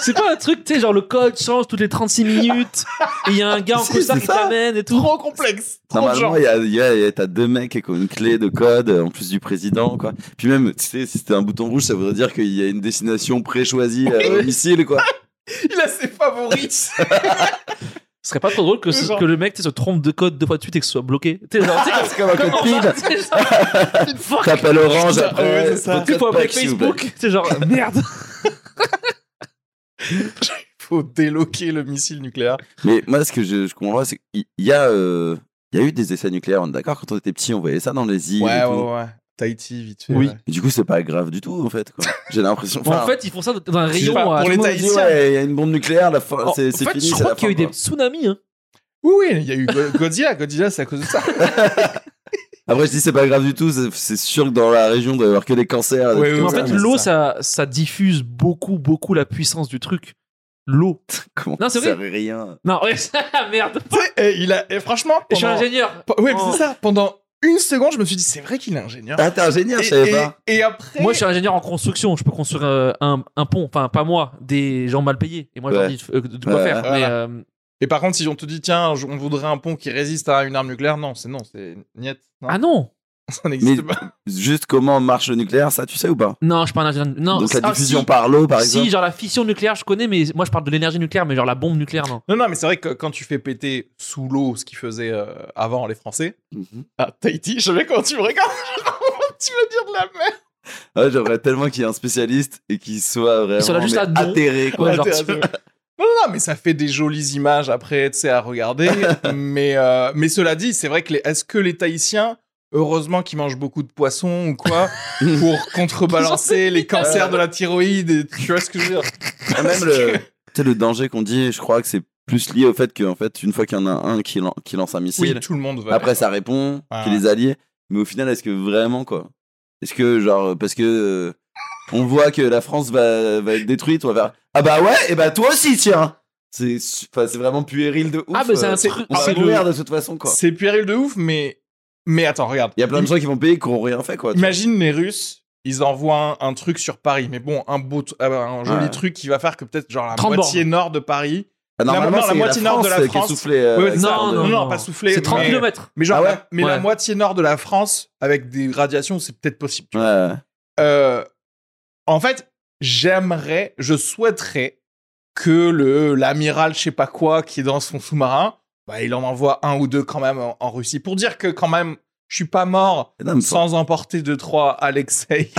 C'est pas un truc, tu sais, genre le code change toutes les 36 minutes, et il y a un gars en Si, costard c'est qui ça. t'amène et tout. Trop complexe. Trop Normalement, genre. il y a, il y a- il y a- t'as deux mecs qui ont une clé de code euh, en plus du président, quoi. Puis même, tu sais, si c'était un bouton rouge, ça voudrait dire qu'il y a une destination préchoisie euh, au missile, quoi. Il a ses favoris. Ce serait pas trop drôle que, ce- Genre. que le mec tu sais, se trompe de code deux fois de suite et que ce soit bloqué. Tu sais, genre, tu sais, C'est comme un comme- copine. tu sais, genre, fuck. T'appelles Orange Ouais, après. c'est ça. votre Tu code faut appeler PAC, s'il vous plaît. Facebook. C'est genre merde. Faut déloquer le missile nucléaire. Mais moi, ce que je, je comprends pas, c'est qu'il il y a, euh, il y a eu des essais nucléaires, on est d'accord Quand on était petit, on voyait ça dans les îles. et Ouais, ouais, tout. ouais. Tahiti, vite fait. Oui. ouais. Et du coup, c'est pas grave du tout, en fait. quoi. J'ai l'impression. en fait, ils font ça dans un je sais rayon. pas, à- pour les on dit, Tahitiens. ouais, il y a une bombe nucléaire, la fin, En en c'est fait, c'est fini. je c'est la crois qu'il y a eu fin, des quoi. tsunamis. hein. Oui, oui, il y a eu Go- Godzilla. Godzilla, c'est à cause de ça. Après, je dis, c'est pas grave du tout. c'est- C'est sûr que dans la région, il doit y avoir que des cancers. des Ouais, trucs ouais, Mais ouais. En comme Euh, ça, fait, mais l'eau, c'est ça, ça diffuse beaucoup, beaucoup la puissance du truc. L'eau. Comment Non, c'est ça sert à rien. Non, ouais, ah, merde. Tu sais, et il a, et franchement, Je suis pendant- ingénieur. pe- ouais, En- Oh. c'est ça. Pendant une seconde, je me suis dit, c'est vrai qu'il est ingénieur. Ah, t'es ingénieur, et, je savais et- pas. et après, Moi, je suis ingénieur en construction. Je peux construire euh, un, un pont. Enfin, pas moi, des gens mal payés. Et moi, je leur Ouais. dis euh, de quoi Ouais. faire. Mais, Voilà. euh, et par contre, si on te dit, tiens, je- on voudrait un pont qui résiste à une arme nucléaire, non, c'est non, c'est niette. Non, Ah non ça n'existe mais- pas. Juste comment marche le nucléaire, ça, tu sais ou pas Non, je suis pas un ingénieur. Non, Donc, la ah, diffusion si. par l'eau, par Si, exemple. genre la fission nucléaire, je connais, mais moi, je parle de l'énergie nucléaire, mais genre la bombe nucléaire, non. Non, non, mais c'est vrai que quand tu fais péter sous l'eau ce qu'ils faisaient euh, avant les Français, Mhm. à Tahiti, je savais quand tu me regardes, tu veux dire de la merde. Ouais, J'aimerais tellement qu'il y ait un spécialiste et qu'il soit vraiment soit là juste mais à don. atterré, quoi. Ouais, genre, Attends, tu- attends. Non, non, non, mais ça fait des jolies images après, tu sais, à regarder. mais, euh, mais cela dit, c'est vrai que les- est-ce que les Tahitiens, heureusement qu'ils mangent beaucoup de poissons ou quoi, pour contrebalancer les cancers de la thyroïde, et- tu vois ce que je veux dire Ah, même le, tu sais, le danger qu'on dit, je crois que c'est plus lié au fait qu'en fait, une fois qu'il y en a un qui, lan- qui lance un Oui, missile, tout le monde va. après ça répond, Ouais, puis ouais. les alliés. Mais au final, est-ce que vraiment quoi Est-ce que genre parce que euh, on voit que la France va, va être détruite, on va faire ah bah ouais et bah toi aussi tiens. C'est su- enfin, c'est vraiment puéril de ouf. Ah, mais c'est euh, un c'est- truc. on va c'est le- mourir de toute façon quoi. C'est puéril de ouf, mais. Mais attends, regarde. Il y a plein de gens qui vont payer qui n'auront rien fait quoi. tu vois. Imagine les Russes, ils envoient un, un truc sur Paris, mais bon, un beau, tr- euh, un joli Ouais. truc qui va faire que peut-être genre la 30 moitié nord de Paris. Ah, non, normalement la c'est la, moitié nord France de la euh, qui est France. soufflée. euh, Ouais, ouais, avec c'est ça, ça. Non, de- non, pas soufflé. C'est 30 mais- km. Mais genre, Ah ouais la- mais la Ouais. moitié nord de la France avec des radiations, c'est peut-être possible. tu vois. Ouais. Euh, en fait, j'aimerais, je souhaiterais que le l'amiral, je sais pas quoi, qui est dans son sous-marin, bah, il en envoie un ou deux quand même en, en Russie pour dire que quand même, je suis pas mort Non, mais sans emporter deux trois Alexei.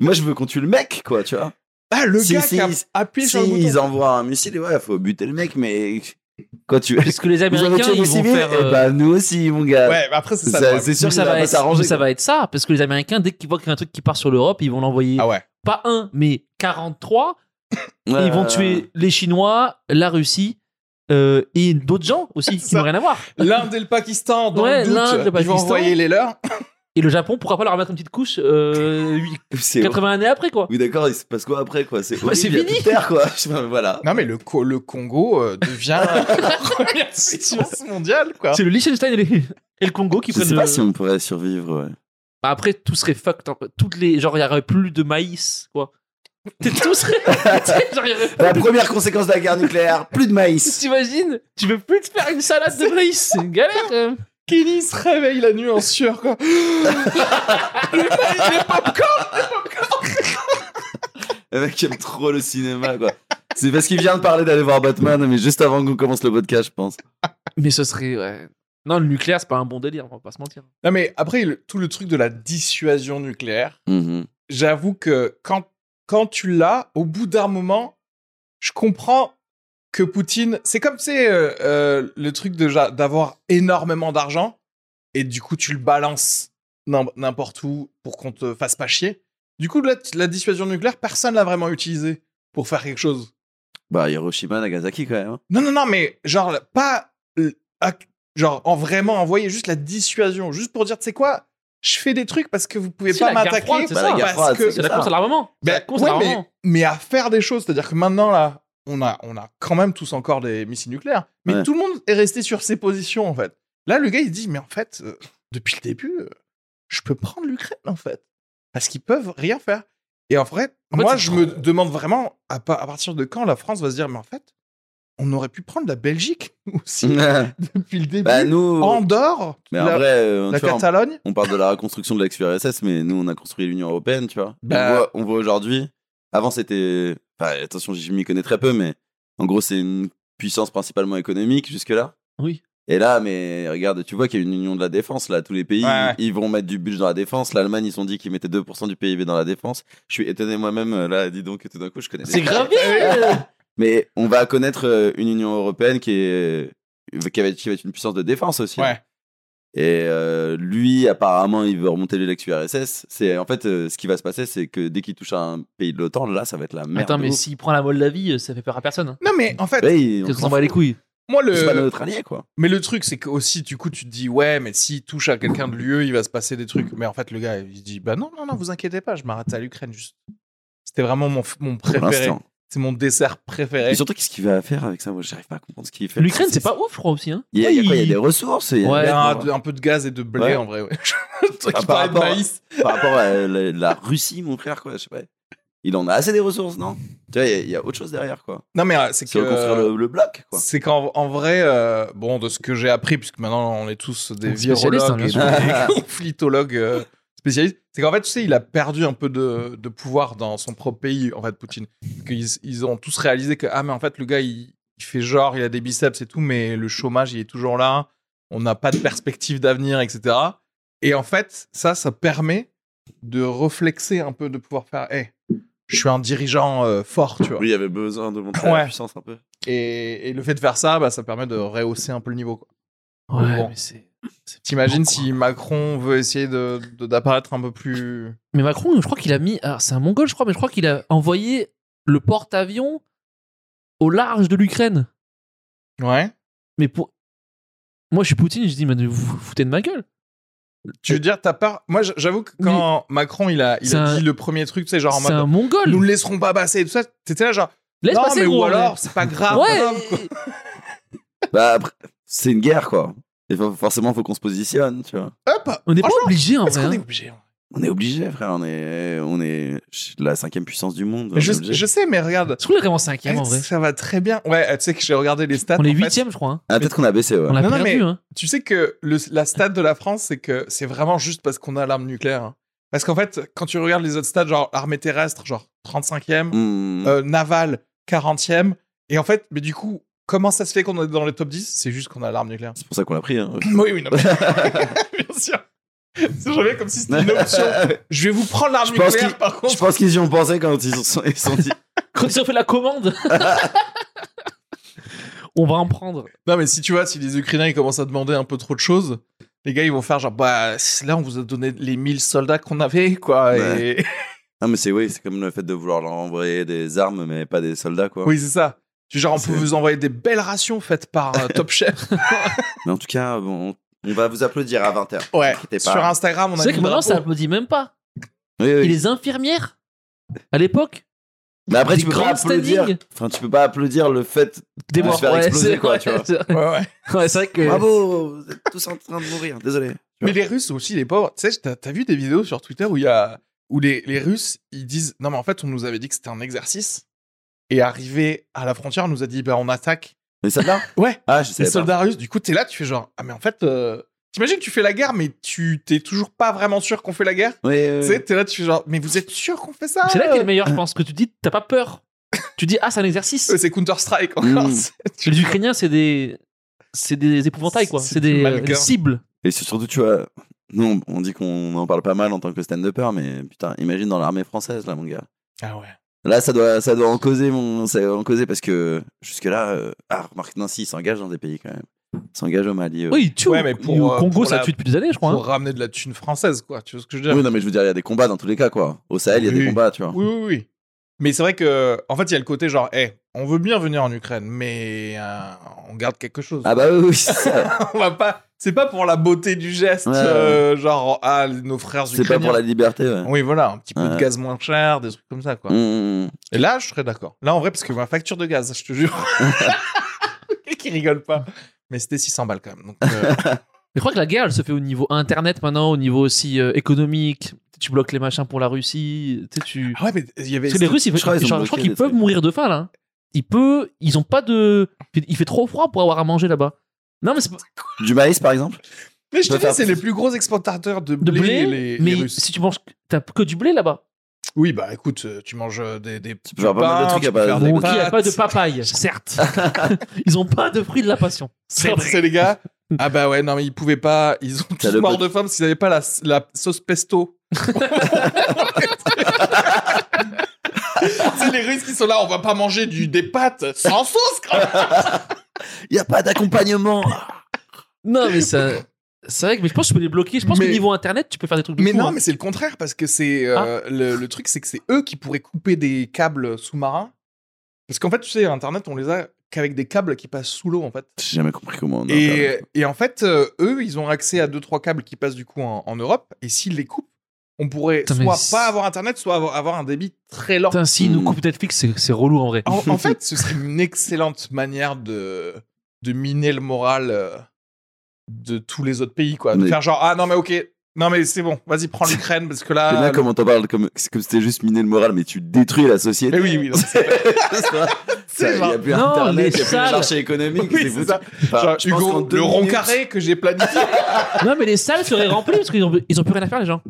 Moi je veux qu'on tue le mec quoi tu vois. Ah, le Si, gars si, qui a si, appuyé Si sur le bouton. ils envoient un missile, ouais, faut buter le mec, mais quand tu Parce que les Vous avez Américains, tué ils des vont civils faire. Eh euh, bah, nous aussi, mon gars. Ouais, mais après c'est ça. Ça- le problème. c'est sûr mais que ça, ça va va être, s'arranger, mais ça quoi. va être ça, parce que les Américains, dès qu'ils voient qu'il y a un truc qui part sur l'Europe, ils vont l'envoyer Ah ouais. pas un, mais 43. Ouais, Et ils vont ouais, tuer les Chinois, la Russie euh, et d'autres gens aussi qui Ça. n'ont rien à voir. L'Inde et le Pakistan, dans Ouais, le doute, l'Inde, le ils vont Pakistan. envoyer les leurs. Et le Japon, pourquoi pas leur mettre une petite couche euh, huit- ouais. C'est- 80 années après, quoi. Oui, d'accord, il se passe quoi après, quoi C'est Ouais, c'est horrible, il y fini. a plus de terre, quoi. Je- enfin, voilà. Non mais le, co- le Congo euh, devient la première puissance mondiale quoi. C'est le Liechtenstein et, les- et le Congo qui Ah. Je prennent sais le... pas si on pourrait survivre, ouais. Bah après, tout serait fucked. hein. Toutes les... Genre, il n'y aurait plus de maïs, quoi. T'es- tout serait... Genre, il y aurait- La première conséquence de la guerre nucléaire, plus de maïs. T'imagines Tu peux plus te faire une salade de maïs. C'est une galère, hein. quand même. Kenny se réveille la nuit en sueur quoi. Le mec aime trop le cinéma, quoi. C'est parce qu'il vient de parler d'aller voir Batman, mais juste avant qu'on commence le podcast, je pense. Mais ce serait... ouais. Non, le nucléaire, c'est pas un bon délire, on va pas se mentir. Non mais après le- tout le truc de la dissuasion nucléaire, Mhm. j'avoue que quand, quand tu l'as, au bout d'un moment, je comprends que Poutine, c'est comme c'est euh, le truc de ja- d'avoir énormément d'argent et du coup tu le balances n'im- n'importe où pour qu'on te fasse pas chier. Du coup la, la dissuasion nucléaire, personne l'a vraiment utilisée pour faire quelque chose. Bah, Hiroshima, Nagasaki, quand même. hein. Non, non, non, mais genre, la- pas. euh, ac- Genre, en vraiment envoyer juste la dissuasion, juste pour dire, tu sais quoi, je fais des trucs parce que vous pouvez Si, pas la guerre m'attaquer. froide, c'est parce ça. Bah, La guerre froide, que- C'est la ça. Bah, course à l'armement. C'est Ben, la course à ouais, l'armement. Mais à faire des choses, c'est-à-dire que maintenant, là, on a, on a quand même tous encore des missiles nucléaires, mais Ouais. tout le monde est resté sur ses positions, en fait. Là, le gars, il se dit, mais en fait, euh, depuis le début, euh, je peux prendre l'Ukraine, en fait. Parce qu'ils peuvent rien faire. Et en vrai, fait, moi, c'est je trop- me demande vraiment à, pa- à partir de quand la France va se dire, mais en fait, on aurait pu prendre la Belgique aussi hein. depuis le début. bah nous, Andorre, mais en la, vrai, euh, la tu vois, on- Catalogne. on parle de la reconstruction de l'ex-URSS, mais nous, on a construit l'Union Européenne, tu vois. Bah. On voit, on voit aujourd'hui. Avant, c'était. enfin, attention, je m'y connais très peu, mais en gros, c'est une puissance principalement économique jusque-là. Oui. Et là, mais regarde, tu vois qu'il y a une union de la défense, là. Tous les pays, Ouais, ouais. ils vont mettre du budget dans la défense. L'Allemagne, ils ont dit qu'ils mettaient 2% du PIB dans la défense. Je suis étonné moi-même, euh, là, dis donc, que tout d'un coup, je connais. C'est des- grave Ah, bien Mais on va connaître euh, une Union Européenne qui est. euh, Qui va, être, qui va être une puissance de défense aussi. hein. Ouais. Et euh, lui, apparemment, il veut remonter l'ex-URSS. C'est en fait euh, ce qui va se passer, c'est que dès qu'il touche à un pays de l'OTAN, là, ça va être la merde. Attends, mais de ouf. s'il prend la Moldavie, euh, ça fait peur à personne. Non, mais en fait, Ouais, il- on Qu'est-ce qu'on s'en s'en bat fout. les euh, couilles moi, C'est pas le. notre allié, quoi. Mais le truc, c'est que aussi, du coup, tu te dis, ouais, mais s'il touche à quelqu'un de l'UE, il va se passer des trucs. Mais en fait, le gars, il se dit, bah non, non, non, vous inquiétez pas, je m'arrête à l'Ukraine. Juste. C'était vraiment mon, f- mon Pour préféré. l'instant. C'est mon dessert Et préféré. surtout, qu'est-ce qu'il va faire avec ça Moi, j'arrive pas à comprendre ce qu'il fait. L'Ukraine, c'est pas ouf, je crois aussi. Hein. Il y a, il y a quoi Il y a Oui. des ressources. il y a- Il y Ouais, a un, un peu de gaz et de blé, Ouais. en vrai, ouais. Le truc Ah, qui par parlait de rapport à- maïs. Par rapport à la, la Russie, mon frère, quoi, je sais pas. Il en a assez des ressources, non Tu vois, il y a- il y, a autre chose derrière, quoi. Non, mais euh, c'est C'est reconstruire que. le, le bloc, quoi. C'est qu'en en vrai, euh, bon, de ce que j'ai appris, puisque maintenant on est tous des Des spécialistes, hein, virologues et bien des conflitologues euh, spécialistes, c'est qu'en fait, tu sais, il a perdu un peu de, de pouvoir dans son propre pays, en fait, Poutine. Qu'ils ils ont tous réalisé que, ah, mais en fait, le gars, il, il fait genre, il a des biceps et tout, mais le chômage, il est toujours là, on n'a pas de perspective d'avenir, etc. Et en fait, ça, ça permet de reflexer un peu, de pouvoir faire, hé, je suis un dirigeant euh, fort, tu vois. il y avait besoin de montrer Ouais. puissance un peu. Et, et le fait de faire ça, bah, ça permet de rehausser un peu le niveau. quoi. Ouais, Bon. mais c'est. c'est- hein. T'imagines Pourquoi si Macron veut essayer de- de- d'apparaître un peu plus. Mais Macron, je crois qu'il a mis. Alors, c'est un mongol, je crois, mais je crois qu'il a envoyé le porte-avions au large de l'Ukraine. Ouais. Mais pour. Moi, je suis Poutine, je dis, mais vous vous foutez de ma gueule. Tu veux dire, t'as peur. Moi, j- j'avoue que quand Macron, il a, il C'est a un- dit le premier truc, tu sais, genre en C'est mode. un mongol. Nous le laisserons pas passer et tout ça. T'étais là, genre. Laisse non, passer, mais gros, ou mais- alors, c'est pas grave. grave, quoi. Ouais, Bah, après, c'est une guerre, quoi. Et faut- forcément, faut qu'on se positionne, tu vois. Hop on n'est pas Franchement, obligé en Est-ce vrai. qu'on est hein. obligé hein On est obligé, frère. On est, on est la cinquième puissance du monde. on je, est obligé. je sais, mais regarde. Est-ce qu'on est vraiment cinquième en vrai Ça va très bien. Ouais, tu sais que j'ai regardé les stats. On est en fait. huitième, je crois. hein. Ah, peut-être qu'on a baissé, ouais. On l'a Non, non, perdu. mais- hein. Tu sais que le- la stat de la France, c'est que c'est vraiment juste parce qu'on a l'arme nucléaire. hein. Parce qu'en fait, quand tu regardes les autres stats, genre armée terrestre, genre 35e, Hmm. euh, navale, 40e, et en fait, mais du coup, comment ça se fait qu'on est dans les top 10 C'est juste qu'on a l'arme nucléaire. C'est pour ça qu'on l'a pris. Hein. oui, oui, non, mais- bien sûr. C'est jamais comme si c'était une option. Je vais vous prendre l'arme Je pense nucléaire, qu'il- par je contre. pense qu'ils y ont pensé quand ils sont, ils sont dit. Quand ils ont fait la commande, on va en prendre. Non, mais si tu vois, si les Ukrainiens ils commencent à demander un peu trop de choses, les gars, ils vont faire genre, bah, là, on vous a donné les 1000 soldats qu'on avait, quoi. Ouais. Et... Non, mais c'est oui, c'est comme le fait de vouloir leur envoyer des armes, mais pas des soldats, quoi. Oui, c'est ça. Tu- Genre, on C'est- peut vous envoyer des belles rations faites par euh, Top Chef. Mais en tout cas, bon, on, on va vous applaudir à 20h. Ouais. Inquiétez pas. Sur Instagram, on C'est a vrai mis que le maintenant, ça drapeau. applaudit même pas. Oui, oui. Et les infirmières, à l'époque, Mais après, des tu peux pas grands applaudir. standings. Enfin, tu peux pas applaudir le fait. des On va se morts. faire Ouais, exploser, c'est quoi, ouais, tu vois. c'est- Ouais, ouais. ouais, c'est vrai Euh. que. Bravo, vous êtes tous en train de mourir. Désolé. Mais les Russes aussi, les pauvres. Tu sais, t'as t'as vu des vidéos sur Twitter où il y a où les, les Russes ils disent non mais en fait on nous avait dit que c'était un exercice et arrivé à la frontière on nous a dit bah on attaque Les soldats ouais Ah, je les savais pas. soldats russes. Du coup t'es là tu fais genre ah mais en fait euh, t'imagines tu fais la guerre mais tu t'es toujours pas vraiment sûr qu'on fait la guerre. Oui, oui, oui. Tu sais t'es là tu fais genre mais vous êtes sûr qu'on fait ça C'est là qu'est le meilleur, je pense, que tu dis, t'as pas peur. tu dis, ah, c'est un exercice. Euh, C'est Counter Strike encore. Mm. c'est- tu- Les Ukrainiens, c'est des. C'est des épouvantails, quoi. C'est C'est des des, euh, mannequins. des cibles. Et c'est surtout, tu vois, nous, on- on dit qu'on en parle pas mal en tant que stand-upper, mais putain, imagine dans l'armée française, là, mon gars. Ah ouais. Là, ça doit, ça doit en causer, mon, ça doit en causer, parce que jusque-là, euh, ah, remarque, non, si, ils s'engagent dans des pays quand même. Ils s'engagent au Mali. euh. Oui, ils tuent. Ouais, mais pour, au euh, Congo, pour ça la- tue depuis des années, je crois. pour hein. ramener de la thune française, quoi. Tu vois ce que je veux dire Oui, non, mais je veux dire, il y a des combats dans tous les cas, quoi. Au Sahel, il y a Oui. des combats, tu vois. Oui, oui, oui. Mais c'est vrai que, en fait, il y a le côté genre, hé, on veut bien venir en Ukraine, mais euh, on garde quelque chose. Ah bah oui, oui, c'est ça. on va pas. C'est pas pour la beauté du geste, Ouais, ouais. euh, genre, ah, nos frères c'est pas ukrainiens. pour la liberté, ouais. Oui, voilà, un petit peu de Ouais. gaz moins cher, des trucs comme ça, quoi. Mm, mm, Et là, je serais d'accord. Là, en vrai, parce que ma facture de gaz, je te jure. qui rigole pas. Mais c'était 600 balles quand même. Donc, euh, Mais je crois que la guerre, elle se fait au niveau internet maintenant, au niveau aussi euh, économique. Tu bloques les machins pour la Russie. Tu sais, tu... Ah ouais, mais il y avait. Parce que les Russes, ils- je crois qu'ils ont genre, je crois bloqué qu'ils des peuvent trucs. mourir de faim là. hein. Ils peuvent, ils ont pas de. Il fait trop froid pour avoir à manger là-bas. Non mais c'est pas- mmh. Du maïs, par exemple Mais je te dois dis, faire- c'est les plus gros exportateurs de de blé, blé. les, mais les Russes. si tu manges, t'as que du blé là-bas. Oui, bah écoute, euh, tu manges euh, des, des petits Tu peux avoir pas mal de pains, trucs tu à peux base faire de des coquilles. Ok, il n'y a pâtes. pas de papaye, certes. ils ont pas de fruit de la passion. C'est c'est les gars. Ah bah ouais, non mais ils pouvaient pas. Ils ont T'as tous le mort pot- de faim parce qu'ils n'avaient pas la, la sauce pesto. c'est les Russes qui sont là. On va pas manger du, des pâtes sans sauce. Quand même. Il n'y a pas d'accompagnement Non mais ça, c'est vrai que mais je pense que tu peux les bloquer. Je pense Mais- que niveau internet, tu peux faire des trucs de Mais fou, non, hein. Ah. mais c'est le contraire parce que c'est euh, le, le truc, c'est que c'est eux qui pourraient couper des câbles sous-marins. Parce qu'en fait, tu sais, Internet, on les a qu'avec des câbles qui passent sous l'eau en fait. J'ai jamais compris comment on a Internet. Et, et en fait, euh, eux, ils ont accès à deux trois câbles qui passent du coup en, en Europe. Et s'ils les coupent, on pourrait Putain, mais soit c'est- pas avoir internet, soit avoir, avoir un débit très lent. Putain, s'ils nous coupent Netflix, c'est- c'est relou en vrai. En, en fait, ce serait une excellente manière de, de miner le moral euh, de tous les autres pays, quoi. De Mais- faire genre ah non mais ok, non mais c'est bon, vas-y prends l'Ukraine parce que là. euh, C'est là comment t'en parles, comme c'est comme si c'était juste miné le moral, mais tu détruis la société. Mais oui, oui, non, C'est ça. c'est Il n'y genre, a plus Non, les Internet, il n'y a plus salles. de marché économique. Oui, c'est foutu. ça. Enfin, genre, je pense qu'en Hugo, deux le rond minutes- carré que j'ai planifié. non mais les salles seraient remplies parce qu'ils ont, ils ont plus rien à faire les gens.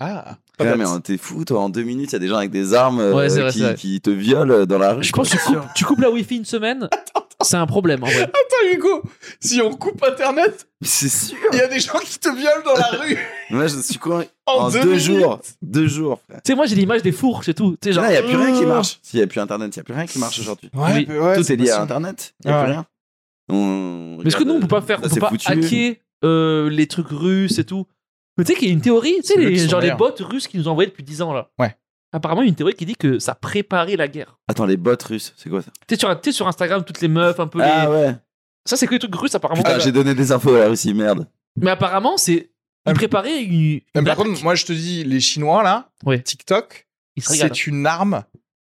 ah. pas Ouais, bête. mais hein, t'es fou, toi, en deux minutes, il y a des gens avec des armes euh, Ouais, c'est vrai, qui, c'est vrai. qui te violent euh, dans la rue. Je pense que tu coupes, tu coupes la wifi une semaine, c'est un problème en vrai. Attends Hugo, si on coupe internet, C'est sûr. il y a des gens qui te violent dans la rue Moi, je suis quoi en, En deux, minutes. jours. Deux jours, frère. Tu sais, moi j'ai l'image des fours, c'est tout. Tu sais, Genre, genre, il n'y a plus rien qui euh, marche. S'il n'y a plus Internet, il n'y a plus rien qui marche aujourd'hui. Ouais, Oui, mais ouais, Tout c'est est lié à possible. Internet. Il n'y a Ouais. plus rien. On Mais est-ce que nous, regarde, on peut pas euh, faire, on ça, peut c'est pas foutu. hacker euh, les trucs russes et tout Mais tu sais qu'il y a une théorie, tu sais, C'est eux les- qui sont genre les meilleurs. bots russes qui nous ont envoyés depuis 10 ans là. Ouais. Apparemment, il y a une théorie qui dit que ça préparait la guerre. euh, Attends, les bots russes, c'est quoi ça Tu sais, sur, tu sais, sur Instagram, toutes les meufs, un peu les- Ah ouais. Ah bah. Ça, c'est que les trucs russes, apparemment. Putain, j'ai donné des infos à la Russie, merde. Mais apparemment, c'est. Ah, Ils mais- préparaient une. Mais une par attaque. contre, moi je te dis, les Chinois là, Oui. TikTok, Ils se regardent. c'est une arme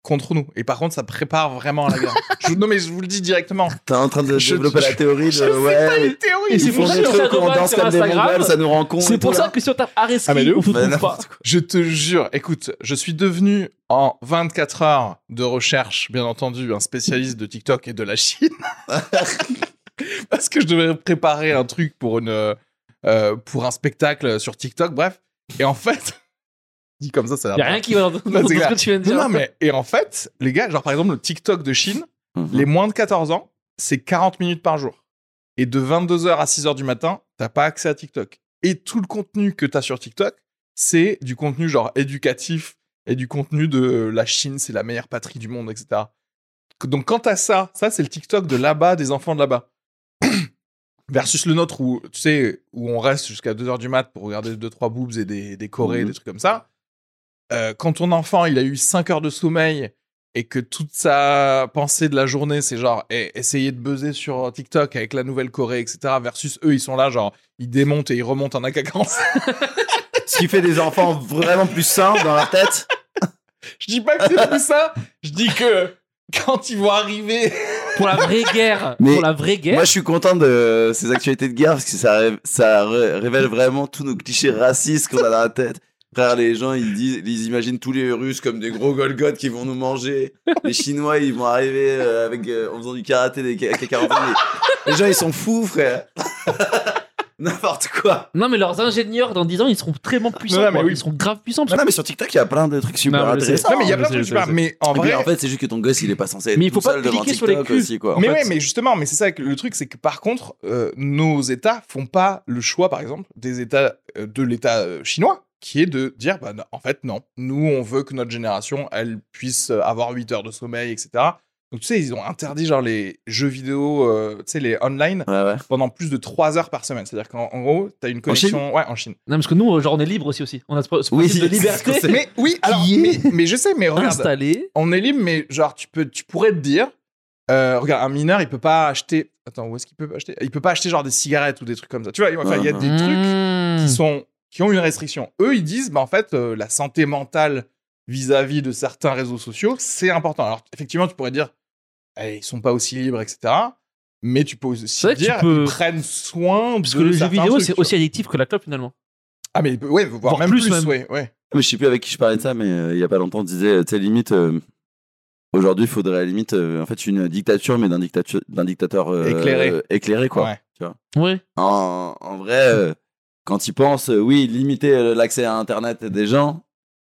contre nous. Et par contre, ça prépare vraiment à la guerre. Je vous- non mais je vous le dis directement. T'es en train de Je- développer je- la théorie Je sais de pas ouais. les théories. Et Ils c'est font pour ça des que trucs ça où on devrait danse sur comme des Instagram. mongols, ça nous rend con. C'est et pour tout, ça là. que si on tape Areski, Ah, mais de on ouf. vous Bah, trouve pas. n'importe quoi. Je te jure, écoute, je suis devenu en 24 heures de recherche, bien entendu, un spécialiste de TikTok et de la Chine. Parce que je devais préparer un truc pour, une, euh, pour un spectacle sur TikTok, bref. Et en fait, dit comme ça, ça a l'air Il a rien qui va dans, dans ce clair. que tu viens de Non, dire. non, mais et en fait, les gars, genre par exemple, le TikTok de Chine, Mhm. les moins de 14 ans, c'est 40 minutes par jour. Et de 22h à 6h du matin, t'as pas accès à TikTok. Et tout le contenu que t'as sur TikTok, c'est du contenu genre éducatif et du contenu de euh, la Chine, c'est la meilleure patrie du monde, etc. Donc quand t'as ça, ça c'est le TikTok de là-bas, des enfants de là-bas. Versus le nôtre où, tu sais, où on reste jusqu'à 2h du mat pour regarder 2-3 boobs et des, des chorés, Mhm. des trucs comme ça. Euh, quand ton enfant, il a eu 5 heures de sommeil et que toute sa pensée de la journée, c'est genre eh, essayer de buzzer sur TikTok avec la nouvelle Corée, etc. Versus eux, ils sont là, genre, ils démontent et ils remontent en AK-47. Ce qui fait des enfants vraiment plus sains dans leur tête. Je dis pas que c'est plus ça, je dis que quand ils vont arriver. Pour la vraie guerre. Mais Pour la vraie guerre. Moi, je suis content de ces actualités de guerre parce que ça, ré- ça ré- révèle vraiment tous nos clichés racistes qu'on a dans la tête. Frère, les gens, ils disent, ils imaginent tous les Russes comme des gros Golgotes qui vont nous manger. Les Chinois, ils vont arriver euh, avec, euh, en faisant du karaté des AK-47. Les gens, ils sont fous, frère. N'importe quoi. Non, mais leurs ingénieurs, dans 10 ans, ils seront très bon puissants. Non, non, mais quoi. oui. Ils seront grave puissants. Non, parce non, mais sur TikTok, il y a plein de trucs super Non, mais intéressants. Non, mais il y a plein de je trucs sais, super, je sais. mais en Et puis, vrai. en fait, c'est juste que ton gosse, il est pas censé être Mais il faut tout pas seul devant cliquer TikTok sur les culs. aussi, quoi. En mais fait, ouais, mais justement, mais c'est ça que le truc, c'est que par contre, euh, nos États font pas le choix, par exemple, des États euh, de l'État euh, chinois, qui est de dire, bah, non, en fait, non, nous, on veut que notre génération, elle puisse euh, avoir 8 heures de sommeil, etc. Donc, tu sais, ils ont interdit, genre, les jeux vidéo, euh, tu sais, les online, Ouais, ouais. pendant plus de 3 heures par semaine. C'est-à-dire qu'en en gros, t'as une Chine connexion. ouais, en Chine. Non, parce que nous, genre, on est libre aussi. aussi. On a ce ce principe Oui, de c'est- liberté c'est- Mais oui, alors, Qui mais, est- mais je sais, mais regarde, installée. on est libre, mais genre, tu, peux, tu pourrais te dire, euh, regarde, un mineur, il peut pas acheter. Attends, où est-ce qu'il peut pas acheter Il peut pas acheter genre des cigarettes ou des trucs comme ça. Tu vois, enfin, il y a Mmh. des trucs qui, sont, qui ont une restriction. Eux, ils disent, bah, en fait, euh, la santé mentale vis-à-vis de certains réseaux sociaux, c'est important. Alors, effectivement, tu pourrais dire, eh, ils sont pas aussi libres, etc. mais tu peux aussi C'est vrai que tu dire peux- ils prennent soin Parce de que le jeu certains vidéo, trucs, c'est tu vois. aussi addictif que la clope finalement. ah mais ouais voire, voire même plus, plus, même. ouais ouais Mais je sais plus avec qui je parlais de ça, mais euh, il y a pas longtemps, on disait, euh, tu sais, limite, euh, aujourd'hui, il faudrait limite, euh, en fait, une dictature, mais d'un dictateur, d'un dictateur euh, Éclairé. euh, éclairé, quoi. Ouais. Ouais. Bah, En, en vrai, euh, quand ils pensent, euh, oui, limiter euh, l'accès à Internet des gens,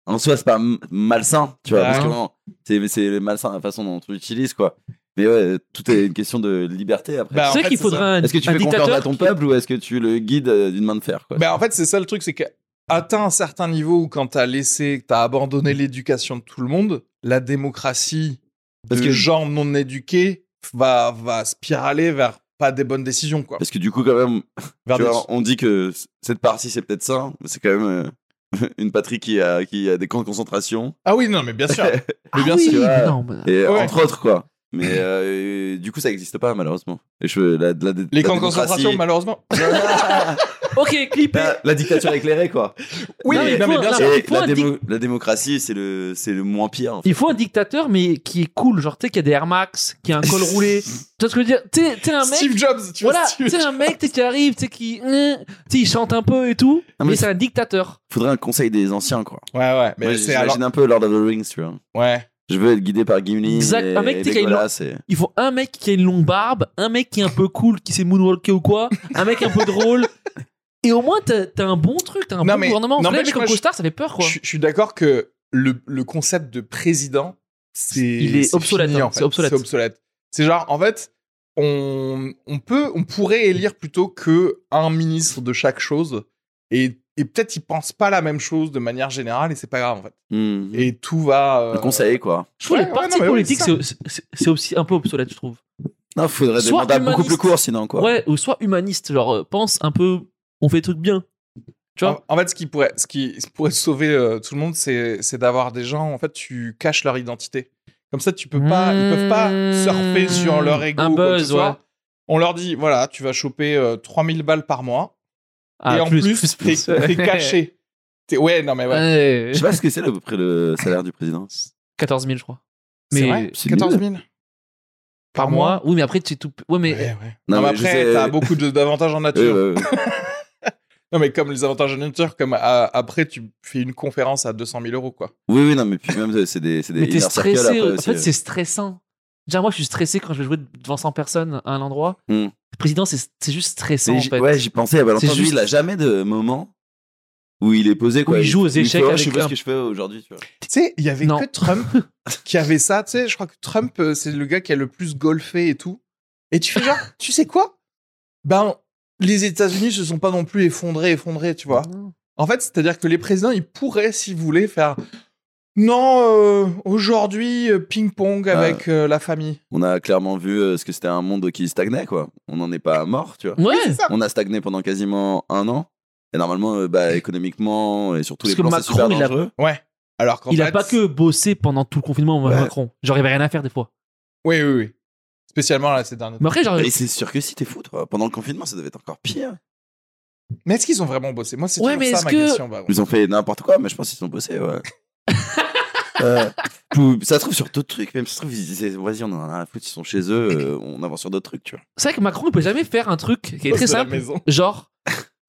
en soi, c'est pas m- malsain, tu vois, Bah, parce que hein. bon, c'est, c'est malsain la façon dont on l'utilise, quoi. Mais ouais, euh, tout est une question de liberté après. Bah, en c'est fait, vrai qu'il c'est faudrait ça. un, est-ce que tu un fais dictateur. confiance à ton qui- peuple ou est-ce que tu le guides euh, d'une main de fer, quoi Ben, en fait, c'est ça le truc, c'est que atteint un certain niveau où quand t'as laissé, t'as abandonné l'éducation de tout le monde, la démocratie Parce de que- gens non éduqués va, va spiraler vers pas des bonnes décisions, quoi. Parce que du coup, quand même, Vers Tu des- vois, on dit que c- cette partie c'est peut-être ça, mais c'est quand même euh, une patrie qui a, qui a des camps de concentration, Ah oui, non, mais bien sûr. Ah bien oui, sûr. mais non, mais- et Ouais. entre autres quoi. Mais euh, du coup ça n'existe pas malheureusement. Et je, la, la, la Les camps de démocratie- concentration, malheureusement. Ok, clippé. la, la dictature éclairée quoi. Oui, Non, non, mais mais, faut- bien non, sûr. mais- Et il faut la, un démo- la démocratie c'est le, c'est le moins pire. En fait. Il faut un dictateur, mais qui est cool. Genre, tu sais, qui a des Air Max, qui a un col roulé. Tu vois ce que je veux dire Tu sais- tu sais, un mec. Steve Jobs, tu Voilà, vois. tu Steve sais, un mec tu sais, qui arrive, tu sais, qui. hein, Tu sais, il chante un peu et tout. Ah, mais mais c'est un dictateur. Faudrait un conseil des anciens quoi. Ouais, ouais, mais Moi, c'est j'imagine alors. un peu Lord of the Rings tu vois. Ouais. Je veux être guidé par Gimli. Exact, et- un mec, et t'es qu'il y a une Legolas et- Il faut un mec qui a une longue barbe, un mec qui est un peu cool, qui sait moonwalker ou quoi, un mec un peu drôle. Et au moins, t'as t'as un bon truc, t'as Non, un bon mais- gouvernement. non, Non, mais mais mec je- en moi, je- costard, ça fait peur, quoi. Je je suis d'accord que le, le concept de président, c'est. Il est c'est obsolète, fini, hein, en fait. c'est obsolète. C'est obsolète. C'est genre, en fait, on, on peut, on pourrait élire plutôt que un ministre de chaque chose. Et, et peut-être ils pensent pas la même chose de manière générale et c'est pas grave, en fait. Mhm. Et tout va. euh, Un conseil quoi. Je trouve Ouais, les ouais, partis non, mais oui, politiques, c'est c'est c'est- c'est aussi un peu obsolète, je trouve. Non, faudrait des Soit mandats beaucoup plus humaniste. courts sinon quoi. Ouais, ou soit humaniste, genre, euh, pense un peu, on fait des trucs bien. Tu vois En, en fait, ce qui pourrait, ce qui pourrait sauver euh, tout le monde, c'est c'est d'avoir des gens. En fait, tu caches leur identité. Comme ça, tu peux pas, ils peuvent pas surfer sur leur ego. Mmh. Un ou quoi que buzz, ce soit. ouais. On leur dit, voilà, tu vas choper euh, 3000 balles par mois. Ah, et en plus, t'es t'es caché. T'es- ouais, non, mais ouais. Ouais. Je sais pas ce que c'est à peu près le salaire du président. 14 000, je crois. C'est Mais vrai c'est 14 000 par mois. Oui, mais après, tu es tout. Ouais, mais. Ouais, ouais. Non, mais je après, sais- t'as beaucoup de- d'avantages en Ouais, nature. ouais, ouais. Non, mais comme les avantages en nature, comme à- après, tu fais une conférence à 200 000 euros, quoi. Oui, oui, non, mais puis même, euh, c'est des, c'est des Mais t'es inner circles stressé. après En aussi, fait, euh. c'est stressant. Déjà, moi, je suis stressé quand je vais jouer devant 100 personnes à un endroit. Hmm. Le président, c'est c'est juste stressant, Mais en j'y- fait. Ouais, j'y pensais, à C'est Valentin, lui, juste- il a jamais de moment où il est posé, quoi. il joue aux fait, échecs oh, avec Je sais pas un- ce que je fais aujourd'hui, tu vois. Tu sais, il y avait Non. que Trump qui avait ça. Tu sais, je crois que Trump, euh, c'est le gars qui a le plus golfé et tout. Et tu fais genre, tu sais quoi Ben, les États-Unis se sont pas non plus effondrés, effondrés, tu vois. En fait, c'est-à-dire que les présidents, ils pourraient, s'ils voulaient, faire non, euh, aujourd'hui, euh, ping-pong Ah. avec euh, la famille. On a clairement vu euh, ce que c'était un monde qui stagnait, quoi. On n'en est pas mort, tu vois. Ouais, C'est ça. On a stagné pendant quasiment un an. Et normalement, euh, bah, économiquement et sur tous Parce les que plans, c'est Macron, super il a- dangereux. Ouais. Alors qu'en il a fait- pas que bossé pendant tout le confinement, moi, Ouais. Macron. Genre, il avait rien à faire des fois. Oui, oui, oui. Spécialement là ces derniers temps. Mais après, genre. Et c'est sûr que si t'es fou, toi, pendant le confinement, ça devait être encore pire. Mais est-ce qu'ils ont vraiment bossé Moi, c'est Ouais, toujours mais ça est-ce ma que- question. bah, pardon. Ils ont fait n'importe quoi, mais je pense qu'ils ont bossé, ouais. Euh, tout- ça se trouve sur d'autres trucs, même ça se trouve, ils disaient, vas-y, on en a rien à foutre, ils sont chez eux, euh, on avance sur d'autres trucs, tu vois. C'est vrai que Macron, il peut jamais faire un truc qui est très Bosse de la simple. maison. Genre,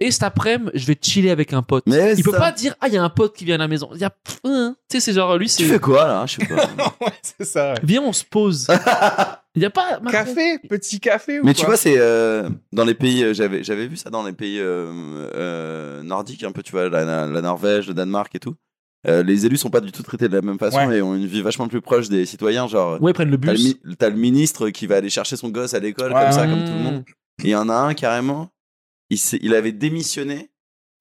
et cet après-midi, je vais chiller avec un pote. Mais Il peut ça- pas dire, ah, il y a un pote qui vient à la maison. Il y a. pff, hein. Tu sais, c'est genre, lui, Tu c'est. fais quoi là hein, Je sais pas. ouais, c'est ça. ouais. Viens, on se pose. Il y a pas. Macron. Café, petit café ou Mais quoi tu vois, c'est euh, dans les pays, euh, j'avais j'avais vu ça dans les pays euh, euh, nordiques un peu, tu vois, la, la- la Norvège, le Danemark et tout. Euh, les élus sont pas du tout traités de la même façon Ouais. et ont une vie vachement plus proche des citoyens. Genre, Ouais, ils prennent le t'as le, bus. mi- t'as le ministre qui va aller chercher son gosse à l'école Ouais, comme ça, ouais. comme tout Mmh. le monde. Et il y en a un carrément, il, s'est- il avait démissionné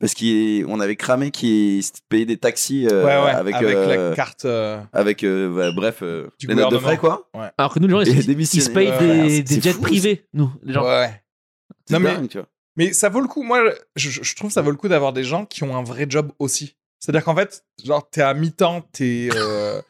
parce qu'on avait cramé qu'il se payait des taxis euh, Ouais, ouais, avec, avec, euh, la carte. euh, avec euh, bah, bref, euh, Du les notes de gouvernement. frais quoi. Alors que nous, les gens, Et ils, se- ils se démissionner, payent ouais, des, ouais, des c'est jets fou, privés, nous. les gens. ouais. C'est Non, mais- dingue, tu vois. Mais ça vaut le coup. Moi, je, je- je trouve ça vaut le coup d'avoir des gens qui ont un vrai job aussi. C'est-à-dire qu'en fait, genre, t'es à mi-temps, t'es. euh,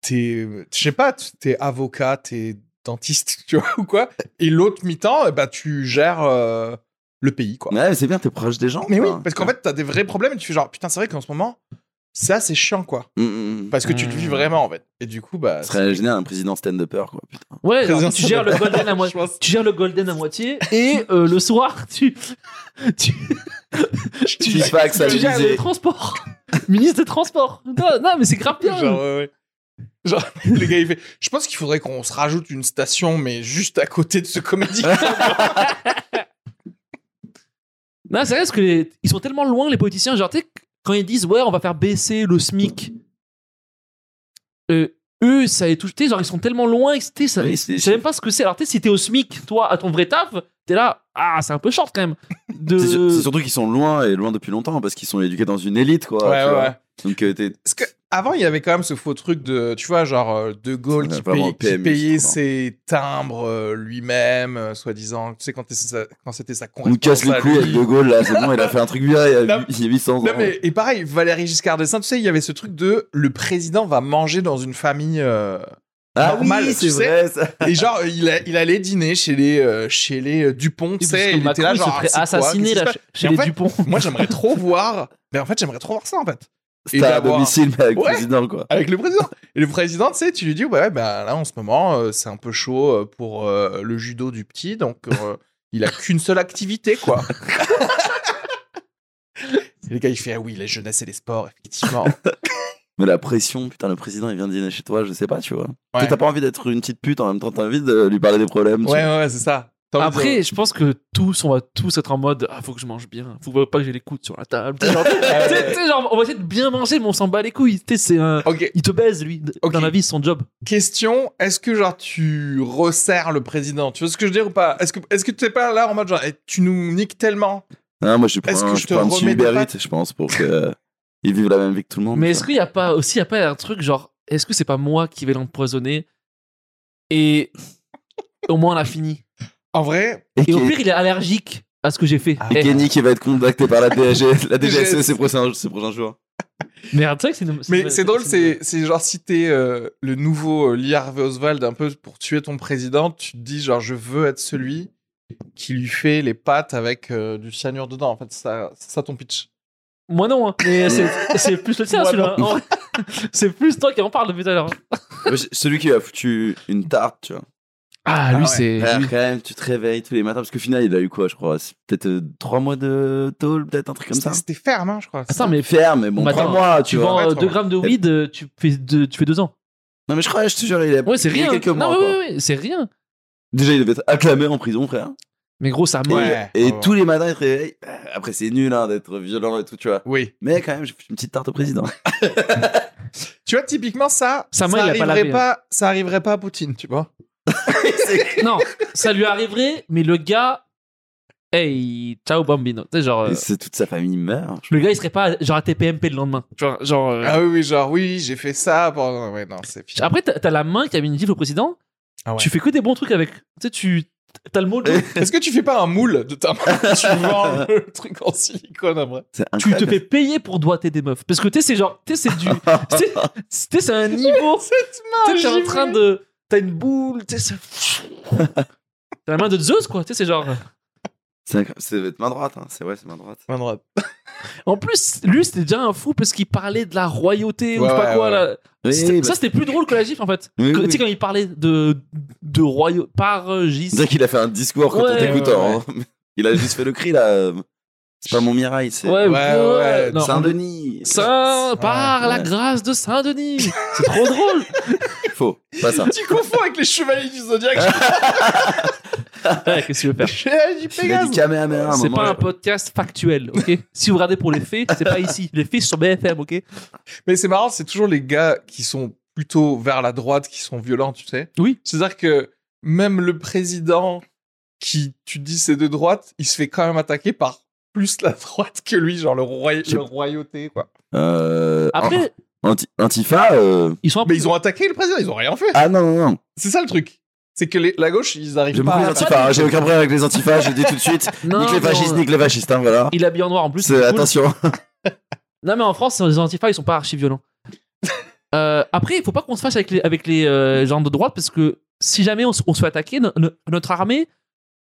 t'es. Je sais pas, t'es avocat, t'es dentiste, tu vois, ou quoi. Et l'autre mi-temps, eh ben, tu gères euh, le pays, quoi. Ouais, mais c'est bien, t'es proche des gens. Mais oui, quoi. parce qu'en fait, t'as des vrais problèmes et tu fais genre, putain, c'est vrai qu'en ce moment, Ça, c'est chiant, quoi. Mm, mm, mm. Parce que tu le vis Mm. vraiment, en fait. Et du coup, bah. Ce serait génial un président stand-upper, quoi. Putain. Ouais, Présent- alors, tu gères le golden à moitié. Tu gères le golden à moitié et euh, le soir tu tu Tu dis pas que ça tu gères le visait. transport. Ministre des transports. Non, non mais c'est grave bien. Genre, ouais, ouais. Genre, le gars, il fait Je pense qu'il faudrait qu'on se rajoute une station, mais juste à côté de ce comédie. Non, c'est vrai parce que les- ils sont tellement loin les politiciens, genre tu sais quand ils disent ouais, on va faire baisser le SMIC. euh, eux, ça les touche, tu sais, genre ils sont tellement loin, tu sais, ça Oui, je c'est- sais même pas ce que c'est. Alors tu sais si t'es au SMIC, toi à ton vrai taf, t'es là, ah, c'est un peu short quand même. De C'est euh, sur- c'est surtout qu'ils sont loin et loin depuis longtemps parce qu'ils sont éduqués dans une élite, quoi. Ouais, tu ouais, vois. ouais. Donc, euh, t'es- Parce que avant, il y avait quand même ce faux truc de, tu vois, genre euh, De Gaulle Ouais, qui, vraiment, paye- qui PMU, payait c'est trop ses timbres euh, lui-même, euh, soi-disant. Tu sais, quand, t'es- ça- quand c'était sa on nous correspondance casse les à couilles lui. avec De Gaulle, là. C'est bon, il a fait un truc bien il y a, Non. il y a 800 ans. Non, mais, et pareil, Valéry Giscard d'Estaing, tu sais, il y avait ce truc de le président va manger dans une famille. euh, Ah normal, oui, tu c'est sais. vrai, ça. et genre, euh, il, a- il allait dîner chez les, euh, chez les euh, Dupont, tu Parce que sais, il Macron, était là, il se genre. ferait ah, c'est quoi assassiner Qu'est-ce qui là, se chez Et les en fait, Dupont. passe Moi, j'aimerais trop voir. Mais en fait, j'aimerais trop voir ça, en fait. Et C'était à d'avoir- domicile, mais avec le Ouais. président, quoi. Avec le président. Et le président, tu sais, tu lui dis, ouais, ouais, bah, là, en ce moment, euh, c'est un peu chaud euh, pour euh, le judo du petit, donc euh, il a qu'une seule activité, quoi. Et le gars, il fait, ah oui, la jeunesse et les sports, effectivement. Mais la pression, putain, le président, il vient dîner chez toi, je sais pas, tu vois. Ouais, Toi, T'as pas envie d'être une petite pute, en même temps, t'as envie de lui parler des problèmes. ouais, tu vois. ouais, ouais, c'est ça. T'as envie de- Après, je pense que tous, on va tous être en mode Ah, faut que je mange bien, faut pas que j'ai les coudes sur la table. Tu sais, genre, tu sais, tu sais, genre, on va essayer de bien manger, mais on s'en bat les couilles. Tu sais, c'est un. Ok, Il te baise, lui. D- Ok. Dans la vie, c'est son job. question, est-ce que genre tu resserres le président Tu vois ce que je veux dire ou pas Est-ce que est-ce que tu es pas là en mode genre eh, tu nous niques tellement Ah, moi, je suis pour Est-ce que un, je je suis te pour un petit remets des Uber pâtes Eats, je pense, pour que ils vivent la même vie que tout le monde. Mais tu est-ce qu'il n'y a pas aussi, il y a pas un truc genre Est-ce que c'est pas moi qui vais l'empoisonner Et au moins, on a fini. En vrai, vois. Et au Kenny- pire, il est allergique à ce que j'ai fait. Eh, Et Ah, Kenny qui va être contacté par la DG, la DGSE DGSE. ces prochains, ces prochains jours. merde, c'est vrai que c'est une- mais une- c'est drôle, une- c'est c'est genre si t'es euh, le nouveau euh, Lee Harvey Oswald un peu pour tuer ton président, tu te dis genre je veux être celui qui lui fait les pattes avec euh, du cyanure dedans. En fait, c'est ça, c'est ça ton pitch. Moi, non, hein. mais c'est c'est plus le tien, Moi, celui-là. non. En vrai, C'est plus toi qui en parle depuis tout à l'heure. Moi, j'ai- Celui qui a foutu une tarte, tu vois. Ah, lui, lui, ouais. c'est. Frère, quand même, tu te réveilles tous les matins, parce qu'au final, il a eu quoi, je crois c'est Peut-être euh, trois mois de tôle, peut-être un truc comme ça. C'était c'était ferme, hein, je crois. Attends, mais Ferme, mais bon, Mais trois attends, mois, Tu tu vois. vends euh, Arrête, 2 grammes de weed, euh, tu fais 2 tu fais deux ans. Non, mais je crois, je te jure, il a Ouais, c'est il y a rien. quelques Non, mois. ouais, quoi. ouais, ouais, c'est rien. Déjà, il devait être acclamé en prison, frère. Mais gros, ça Et, molle. Ouais. et ouais. tous les matins, il te réveille. bah, Après, c'est nul hein, d'être violent et tout, tu vois. Oui. Mais quand même, j'ai foutu une petite tarte au président. Tu vois, typiquement ça, Sa main, ça il l'a pas arriverait lavé, hein. pas, ça arriverait pas à Poutine, tu vois. Non, ça lui arriverait, mais le gars. Hey, ciao bambino. Tu sais, genre. euh, Et c'est toute sa famille meurt. le gars, il serait pas genre à TPMP le lendemain. Tu vois, genre. euh, Ah oui, oui, genre oui, j'ai fait ça. Pendant... Ouais, non, c'est fini. Après, t'as t'as la main qui a mis une gifle au président. Ah ouais. Tu fais que des bons trucs avec. Tu sais, tu. T'as le mot de. Est-ce que tu fais pas un moule de ta main Tu vends le truc en silicone après. C'est Tu te incroyable. fais payer pour doigter des meufs. Parce que tu sais, c'est genre. Tu sais, c'est du. tu sais, tu sais, c'est un niveau. Cette Tu sais, t'es en gifle. train de. T'as une boule. Tu sais, c'est- T'as la main de Zeus, quoi. Tu sais, c'est genre. C'est incroyable. C'est votre main droite. Hein. C'est ouais, c'est main droite. Main droite. En plus, lui, c'était déjà un fou parce qu'il parlait de la royauté ou je sais Ouais, ouais, pas bah quoi. ouais. Là. C'était- ça, c'était plus drôle que la gifle en fait. Oui, Que- oui. Tu sais, quand il parlait de, de royauté par euh, Gis. C'est vrai qu'il a fait un discours quand on Ouais, t'écoute. ouais, hein. Il a juste fait le cri là. euh, C'est pas mon Mirail, c'est Ouais, ouais, ouais, ouais, non. Saint-Denis. Saint, par Ouais, la ouais. grâce de Saint-Denis. C'est trop drôle. Faux, pas ça. Tu confonds avec les chevaliers du Ah, zodiaque. Ouais, Eh, qu'est-ce que tu veux faire les chevaliers du Il a Pégase. dit Kamehameha. à un C'est moment, pas un je- podcast factuel, ok Si vous regardez pour les faits, c'est pas ici. Les faits sur BFM, ok Mais c'est marrant, c'est toujours les gars qui sont plutôt vers la droite qui sont violents, tu sais. Oui. C'est-à-dire que même le président qui, tu te dis, c'est de droite, il se fait quand même attaquer par plus la droite que lui, genre le, roya- Je- le royauté, quoi. Euh, Après, anti- Antifa. euh, ils sont un peu- Mais ils ont attaqué le président, ils ont rien fait. Ah non, non, non. C'est ça le truc. C'est que les- la gauche, ils arrivent J'aime pas beaucoup à les antifas, hein, j'ai aucun problème avec les antifas, je le dis tout de suite. Non, nique les mais fascistes, on- nique les fascistes, hein, voilà. Il est habillé en noir en plus. C'est- c'est cool. Attention. Non, mais en France, les antifas, ils sont pas archi violents. Euh, après, il faut pas qu'on se fâche avec les, avec les euh, gens de droite parce que si jamais on, se- on se fait attaquer, no- no- notre armée,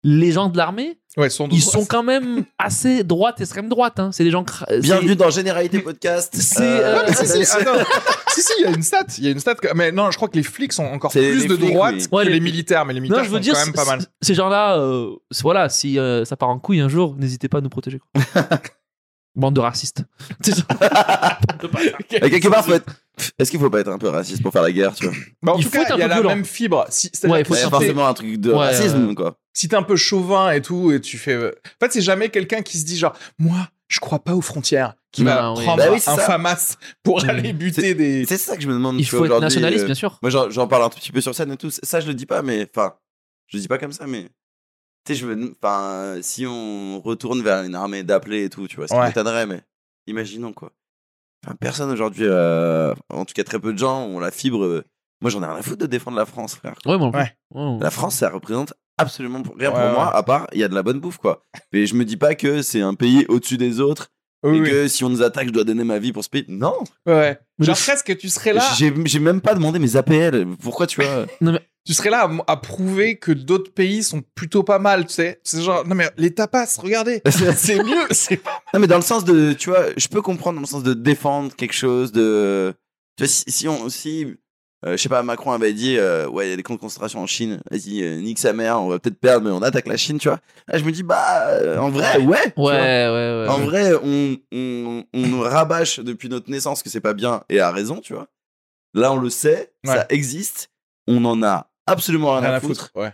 les gens de l'armée, Ouais, sont de ils droite. sont quand même assez droite, extrême droite. hein. C'est des gens. cra- c'est- Bienvenue dans Généralité Podcast. C'est, Euh, euh, Ah, mais si, si, attends. si, si, il y a une stat. Il y a une stat. que- Mais non, je crois que les flics sont encore C'est plus les de flics, droite oui. que Ouais, les, les- militaires. Mais les Non, militaires je veux sont dire, quand même pas mal. c- c- ces gens-là, euh, c- voilà, si euh, ça part en couille un jour, n'hésitez pas à nous protéger. quoi. Bande de racistes. C'est ça. Et quelque part, faut être- est-ce qu'il faut pas être un peu raciste pour faire la guerre, tu vois Bah, en Il tout faut cas, être un il y a peu la violent. même fibre. Si, c'est-à-dire Ouais, que faut si C'est sortir. t'es- forcément un truc de Ouais, racisme, euh, quoi. si t'es un peu chauvin et tout, et tu fais. euh, En fait, c'est jamais quelqu'un qui se dit genre, moi, je crois pas aux frontières, qui va Non, oui. prendre Bah oui, c'est un ça. FAMAS pour Mm. aller buter des. C'est ça que je me demande. Il tu faut vois, être aujourd'hui, nationaliste, euh, bien sûr. Moi, j'en j'en parle un tout petit peu sur scène et tout. Ça, je le dis pas, mais enfin, je le dis pas comme ça, mais tu sais, je veux. Enfin, si on retourne vers une armée d'appelés et tout, tu vois, ça Ouais. m'étonnerait, mais imaginons quoi. Enfin, personne aujourd'hui, euh, en tout cas très peu de gens, ont la fibre. euh, Moi, j'en ai rien à foutre de défendre la France, frère. Ouais, moi non plus. Ouais. Ouais, ouais. La France, ça représente absolument rien pour Ouais, moi, à part il y a de la bonne bouffe, quoi. Mais je me dis pas que c'est un pays au-dessus des autres Oui, et oui. que si on nous attaque, je dois donner ma vie pour ce pays. Non, Ouais. Mais Genre, le- presque, tu serais là, j'ai j'ai même pas demandé mes APL. Pourquoi tu vois tu serais là à, à prouver que d'autres pays sont plutôt pas mal, tu sais. C'est genre, non mais les tapas, regardez, c'est mieux, c'est pas. Non, mais dans le sens de, tu vois, je peux comprendre dans le sens de défendre quelque chose, de. Tu vois, si, si on. Si, euh, je sais pas, Macron avait dit, euh, ouais, il y a des camps de concentration en Chine, vas-y, euh, nique sa mère, on va peut-être perdre, mais on attaque la Chine, tu vois. Là, je me dis, bah, euh, en vrai, ouais. tu Ouais, vois. ouais, ouais. En vrai, on, on, on nous rabâche depuis notre naissance que c'est pas bien et à raison, tu vois. Là, on le sait, Ouais. ça existe, on en a absolument rien, Rien à foutre. ouais.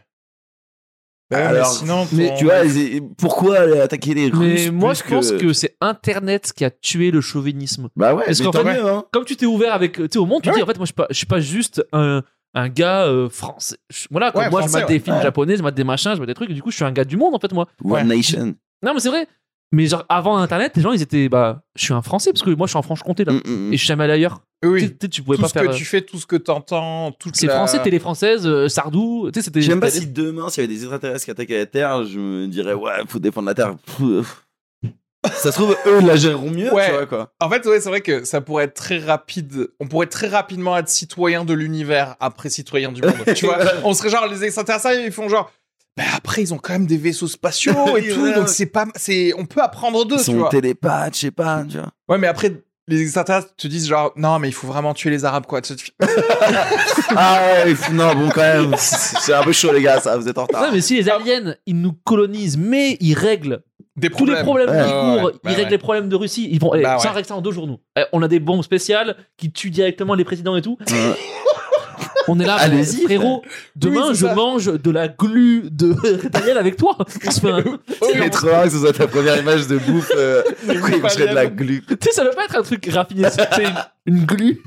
Alors, sinon, Mais ton- tu vois, et- et pourquoi aller attaquer les Russes Mais moi, plus je pense que, c'est Internet qui a tué le chauvinisme. Bah ouais, Parce mais qu'en tant fait- mieux, hein. Comme tu t'es ouvert avec, tu sais, au monde, tu Ah Ouais. dis en fait, moi, je suis pas, je suis pas juste un, un gars euh, français. Je- Voilà, comme Ouais, moi, je français, mate des ouais. films Ouais. japonais, je mate des machins, je mate des trucs. et du coup, je suis un gars du monde, en fait, moi. One Ouais. Nation. Non, mais c'est vrai. Mais genre, avant Internet, les gens, ils étaient, bah, je suis un français, parce que moi, je suis en Franche-Comté, là. Mm, mm, mm. Et je suis jamais allé ailleurs. Tu oui, sais, tu sais, tu pouvais tout pas ce que faire. euh, tu fais, tout ce que t'entends, tout C'est français, télé française, euh, Sardou. Tu sais, c'était. J'aime pas si demain, s'il y avait des extraterrestres qui attaquaient la Terre, je me dirais, ouais, faut défendre la Terre. Pff. Ça se trouve, eux la géreront mieux, Ouais. tu vois, quoi. En fait, ouais, c'est vrai que ça pourrait être très rapide. On pourrait très rapidement être citoyen de l'univers après citoyen du monde. tu vois, on serait genre les extraterrestres, ils font genre. Bah après, ils ont quand même des vaisseaux spatiaux et Oui, tout, voilà. donc c'est pas, c'est, on peut apprendre d'eux, tu Ils sont vois. télépathes, je sais pas, tu vois. Ouais, mais après, les extraterrestres te disent genre, non, mais il faut vraiment tuer les Arabes, quoi. Tu- tu- Ah ouais, pff, non, bon, quand même, c'est un peu chaud, les gars, ça, vous êtes en retard. Non, mais si les Ah. aliens, ils nous colonisent, mais ils règlent Des tous les problèmes Ouais, qui ouais, courent, ouais, ils ouais. règlent les problèmes de Russie. Ils vont, eh, Bah ça ouais. règle ça en deux journaux. Eh, on a des bombes spéciales qui tuent directement les présidents et tout. Ouais. On est là, Allez-y, frérot. Demain, c'est je ça. mange de la glu de Daniel avec toi. On se fait un- Tu C'est trop rare que ce soit ta première image de bouffe. Euh, oui, je serais de la glu. sais, ça doit pas être un truc raffiné. C'est une, une glu.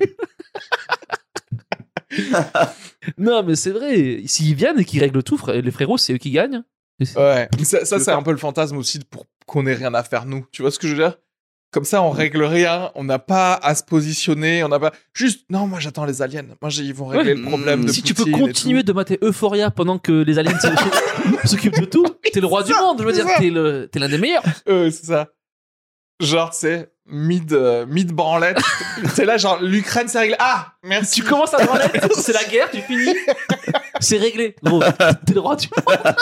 non, mais c'est vrai. S'ils viennent et qu'ils règlent tout, frère- les frérots, c'est eux qui gagnent. Ouais. Mais Ça, ça, Je veux c'est pas. un peu le fantasme aussi pour qu'on ait rien à faire nous. Tu vois ce que je veux dire Comme ça, on règle rien. On n'a pas à se positionner. On n'a pas juste. Non, moi j'attends les aliens. Moi, j'ai- ils vont régler Ouais. le problème de si tu peux Poutine et continuer tout. de mater Euphoria pendant que les aliens se- s'occupent de tout, t'es le roi du monde, je veux c'est dire, ça. t'es le- t'es l'un des meilleurs. Euh, c'est ça. Genre, c'est mid euh, mid branlette. c'est là, genre l'Ukraine, c'est réglé. Ah, merci. Tu commences à branler, c'est la guerre, tu finis, c'est réglé, gros, t'es le roi du monde.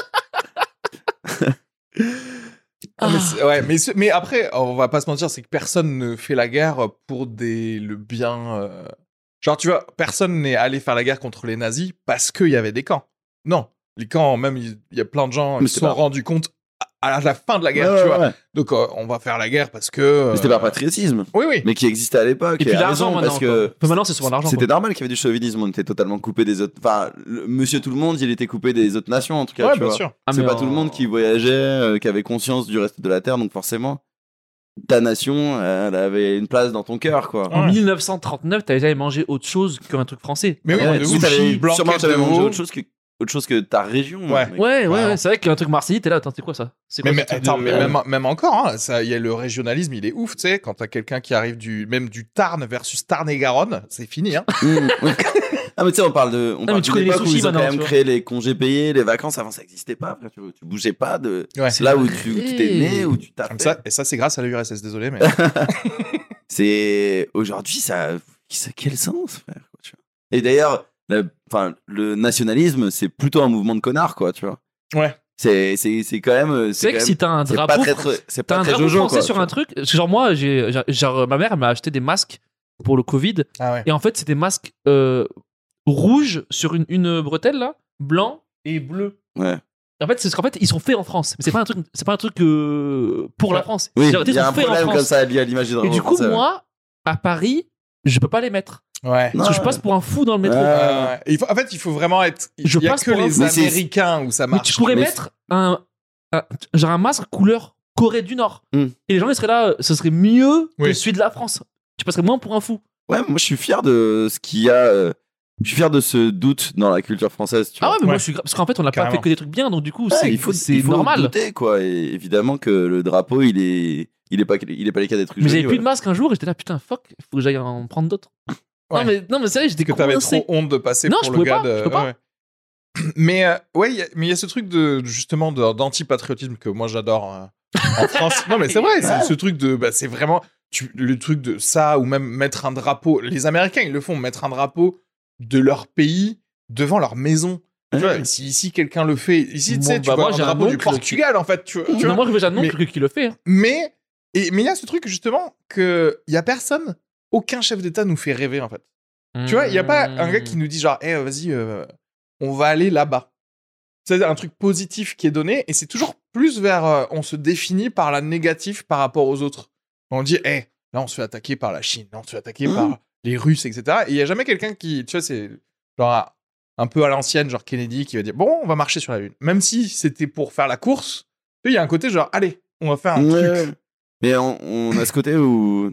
Ah, mais Ah. c'est- ouais, mais, ce- mais après, on va pas se mentir, c'est que personne ne fait la guerre pour des, le bien. euh, Genre, tu vois, personne n'est allé faire la guerre contre les nazis parce qu'il y avait des camps. Non, les camps, même, il il y a plein de gens Mais qui se c'était sont pas- rendus compte à, à la fin de la guerre, Ouais, tu ouais, vois. ouais. Donc, euh, on va faire la guerre parce que. euh, C'était pas patriotisme, Oui, oui. mais qui existait à l'époque. Et puis à l'argent raison, maintenant. parce que quoi. Enfin, maintenant, c'est souvent l'argent. C'était quoi. normal qu'il y avait du chauvinisme, on était totalement coupé des autres. Enfin, le- Monsieur Tout le Monde, il était coupé des autres nations en tout cas. Ouais, tu bien vois. sûr. Ah, c'est mais pas en- tout le monde qui voyageait, euh, qui avait conscience du reste de la Terre, donc forcément, ta nation, elle avait une place dans ton cœur, quoi. En Ouais. 1939, t'avais jamais mangé autre chose qu'un truc français. Ah Mais oui, Ouais, de si t'avais- sushi, blanquette sûrement t'avais de mangé veau. autre chose que autre chose que ta région. Ouais. Ouais, mec. ouais, Ouais. ouais, c'est vrai qu'un truc marseillais, t'es là, attends, c'est quoi ça C'est Mais, quoi mais ce truc de- attends, mais Euh, même, même encore, hein, ça, il y a le régionalisme, il est ouf, tu sais, quand t'as quelqu'un qui arrive du même du Tarn versus Tarn et Garonne, c'est fini, hein. Mm, ouais. ah mais tu sais, on parle de, on mais parle tu d'une connais les époque où sushis ils ont quand maintenant, tu même vois. créé les congés payés, les vacances. Avant, ça n'existait pas. frère, tu, tu bougeais pas de Ouais. là où tu où tu t'es vrai. né, où tu t'as Comme fait. ça, et ça, c'est grâce à l'URSS, désolé, mais. C'est aujourd'hui, ça, ça a quel sens, frère quoi, tu vois. Et d'ailleurs, la- enfin, le nationalisme, c'est plutôt un mouvement de connards, quoi, tu vois. Ouais. C'est c'est c'est quand même. euh, C'est quand que même- si t'as un c'est drapeau, pas très très- c'est t'as pas un très drapeau jojo français quoi. sur un truc. Genre moi, j'ai, j'ai- genre ma mère elle m'a acheté des masques pour le Covid Ah ouais. et en fait c'est des masques euh, rouges sur une, une bretelle là, blanc et bleu. Ouais. En fait, c'est ce qu'en fait ils sont faits en France, mais c'est pas un truc, c'est pas un truc euh, pour la France. Oui, C'est-à-dire, il y ils a sont un faits en problème comme France. ça lié à l'image du drapeau Et du coup, français, ouais. moi, à Paris, je peux pas les mettre. Ouais. Non, Parce que je passe pour un fou dans le métro. Ouais. Ouais, ouais. Il faut- en fait, il faut vraiment être. Il Euh, Je n'y a passe que pour un fou. les Mais c'est- Américains où ça mais marche. tu pourrais mais- mettre un, un- genre un masque couleur Corée du Nord. Hmm. Et les gens, ils seraient là, euh, ce serait mieux que Oui. celui de la France. Tu passerais moins pour un fou. Ouais, moi je suis fier de ce qu'il y a. euh, Je suis fier de ce doute dans la culture française. Tu Ah ouais, vois. mais moi, Ouais. je suis gra- Parce qu'en fait, on n'a pas Carrément. fait que des trucs bien, donc du coup, Ouais, c'est il faut, c'est il faut normal. douter quoi. Et évidemment que le drapeau il est il est pas il est pas les cas des trucs. Mais j'avais jolis, plus de ouais. masque un jour et j'étais là, putain, fuck, faut que j'aille en prendre d'autres. Ouais. Non, mais, non, mais sérieux, j'étais que t'avais coincé. trop honte de passer Non, pour je le pouvais gars pas, de- je peux pas. ouais, ouais. Mais euh, ouais, il y a- mais il y a ce truc de justement de- d'antipatriotisme que moi j'adore euh, en France. Non mais c'est vrai, c'est ce truc de bah, c'est vraiment tu- le truc de ça ou même mettre un drapeau. Les Américains ils le font mettre un drapeau de leur pays devant leur maison. Tu vois, si ici quelqu'un le fait, ici tu Bon, sais, tu bah, vois moi, un j'ai un drapeau du oncle qui- Portugal en fait. Tu, tu vois. Non, moi, j'ai un Mais- oncle qui le fait. hein. Mais et- mais il y a ce truc justement que il y a personne, aucun chef d'État nous fait rêver en fait. hein. Tu vois, il n'y a pas un gars qui Mmh. nous dit genre, Eh, euh, vas-y, euh, on va aller là-bas. C'est un truc positif qui est donné et c'est toujours plus vers. euh, on se définit par la négative par rapport aux autres. On dit, Eh, là, on se fait attaquer par la Chine, là, on se fait attaquer Mhm. par les Russes, etc. Et il n'y a jamais quelqu'un qui. Tu vois, c'est genre un- un peu à l'ancienne, genre Kennedy, qui va dire, bon, on va marcher sur la Lune. Même si c'était pour faire la course, tu sais, il y a un côté genre, allez, on va faire un Ouais, truc. ouais. Mais on, on a ce côté où,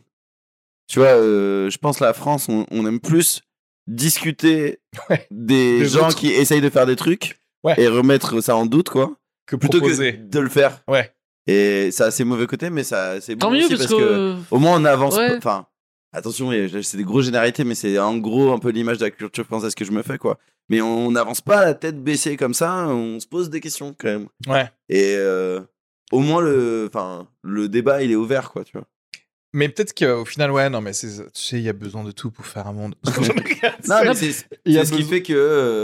tu vois, euh, je pense la France, on, on aime plus discuter Ouais. des, Des gens autres. qui essayent de faire des trucs Ouais. et remettre ça en doute, quoi, Que plutôt proposer. que de le faire. Ouais. Et ça a ses mauvais côtés, mais ça c'est bon Tant mieux, aussi parce que. au moins on avance. Ouais. pas- Enfin, attention, mais je- c'est des grosses généralités, mais c'est en gros un peu l'image de la culture française que je me fais, quoi. Mais on n'avance pas la tête baissée comme ça, on se pose des questions quand même. Ouais. Et euh, au moins le, enfin, le débat il est ouvert, quoi, tu vois. Mais peut-être qu'au final, ouais, non, mais c'est- tu sais, il y a besoin de tout pour faire un monde. Non, mais Non, c'est Il y a c'est ce qui fait que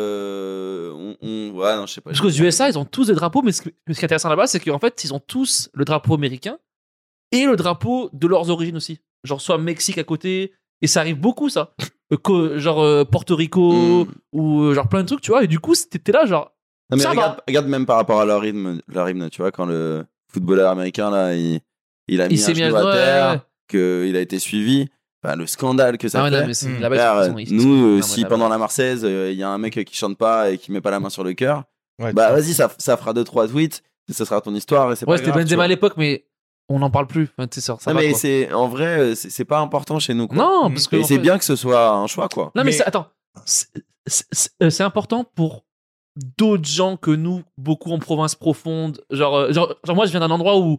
euh, on, on- ouais, non, je sais pas. Parce qu'aux USA, ils ont tous des drapeaux, mais ce, que- ce qui est intéressant là-bas, c'est qu'en fait, ils ont tous le drapeau américain et le drapeau de leurs origines aussi. Genre, soit Mexique à côté, et ça arrive beaucoup, ça. Euh, co- genre euh, Porto Rico, Mm. ou euh, genre plein de trucs, tu vois. Et du coup, c'était- t'es là, genre. Non, mais Ça regarde, regarde même par rapport à leur rythme, leur rythme, tu vois, quand le footballeur américain là, il, il a mis Il s'est un mis genou à- à ouais, Ah ouais, terre, ouais. qu'il a été suivi, enfin, le scandale que ça Ah ouais, fait. non, mais c'est- Mm. là-bas, ils Frère, sont- ils sont- nous, euh, non, mais si là-bas. pendant la Marseillaise, euh, il y a un mec qui chante pas et qui met pas la main sur le cœur, Ouais, bah tu- vas-y, ça, ça fera deux trois tweets, ça sera ton histoire et c'est Ouais, pas c'était grave. tu Benzema vois. à l'époque, mais on n'en parle plus. Enfin, tu sais, ça, ça Non, va, mais quoi. c'est en vrai, euh, c'est c'est pas important chez nous. quoi. Non, parce que. et en c'est fait- bien que ce soit un choix, quoi. Non, mais, Mais- c'est- attends, c'est- c'est c'est- euh, c'est important pour d'autres gens que nous, beaucoup en province profonde. Genre, euh, genre, genre moi, je viens d'un endroit où, où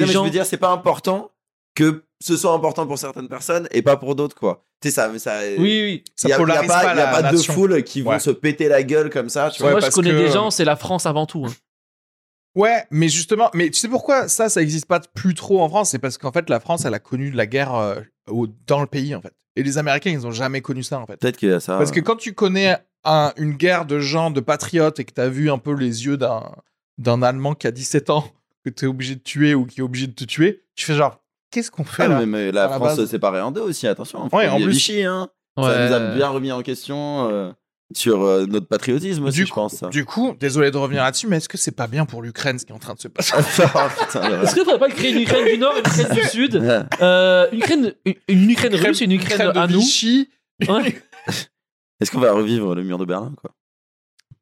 les non, mais gens. je veux dire, c'est pas important que ce soit important pour certaines personnes et pas pour d'autres, quoi. Tu sais, ça, mais ça. euh, oui, oui. ça y a, y a polarise pas, pas y a la pas deux nation. foules qui vont Ouais. se péter la gueule comme ça, tu Ouais, vois. moi, je parce connais que- des gens, c'est la France avant tout. hein. Ouais, mais justement, mais tu sais pourquoi ça, ça n'existe pas plus trop en France C'est parce qu'en fait, la France, elle a connu de la guerre euh, au- dans le pays, en fait. Et les Américains, ils n'ont jamais connu ça, en fait. Peut-être qu'il y a ça. Parce que quand tu connais un- une guerre de gens, de patriotes, et que tu as vu un peu les yeux d'un d'un Allemand qui a 17 ans, que tu es obligé de tuer ou qui est obligé de te tuer, tu fais genre, qu'est-ce qu'on fait Ah, là mais, mais la à la France base. s'est séparée en deux aussi, attention. Ouais, en Il y a plus. Vichy, hein. Ouais. Ça nous a bien remis en question euh, sur euh, notre patriotisme aussi, Du je pense. ça. Du coup, désolé de revenir là-dessus, mais est-ce que c'est pas bien pour l'Ukraine ce qui est en train de se passer Oh, putain, le Est-ce reste. qu'il ne faudrait pas créer une Ukraine du Nord et une Ukraine du Sud Ouais. Euh, une, Ukraine, une, une Ukraine russe et une Ukraine, de à nous Vichy, hein Est-ce qu'on va revivre le mur de Berlin quoi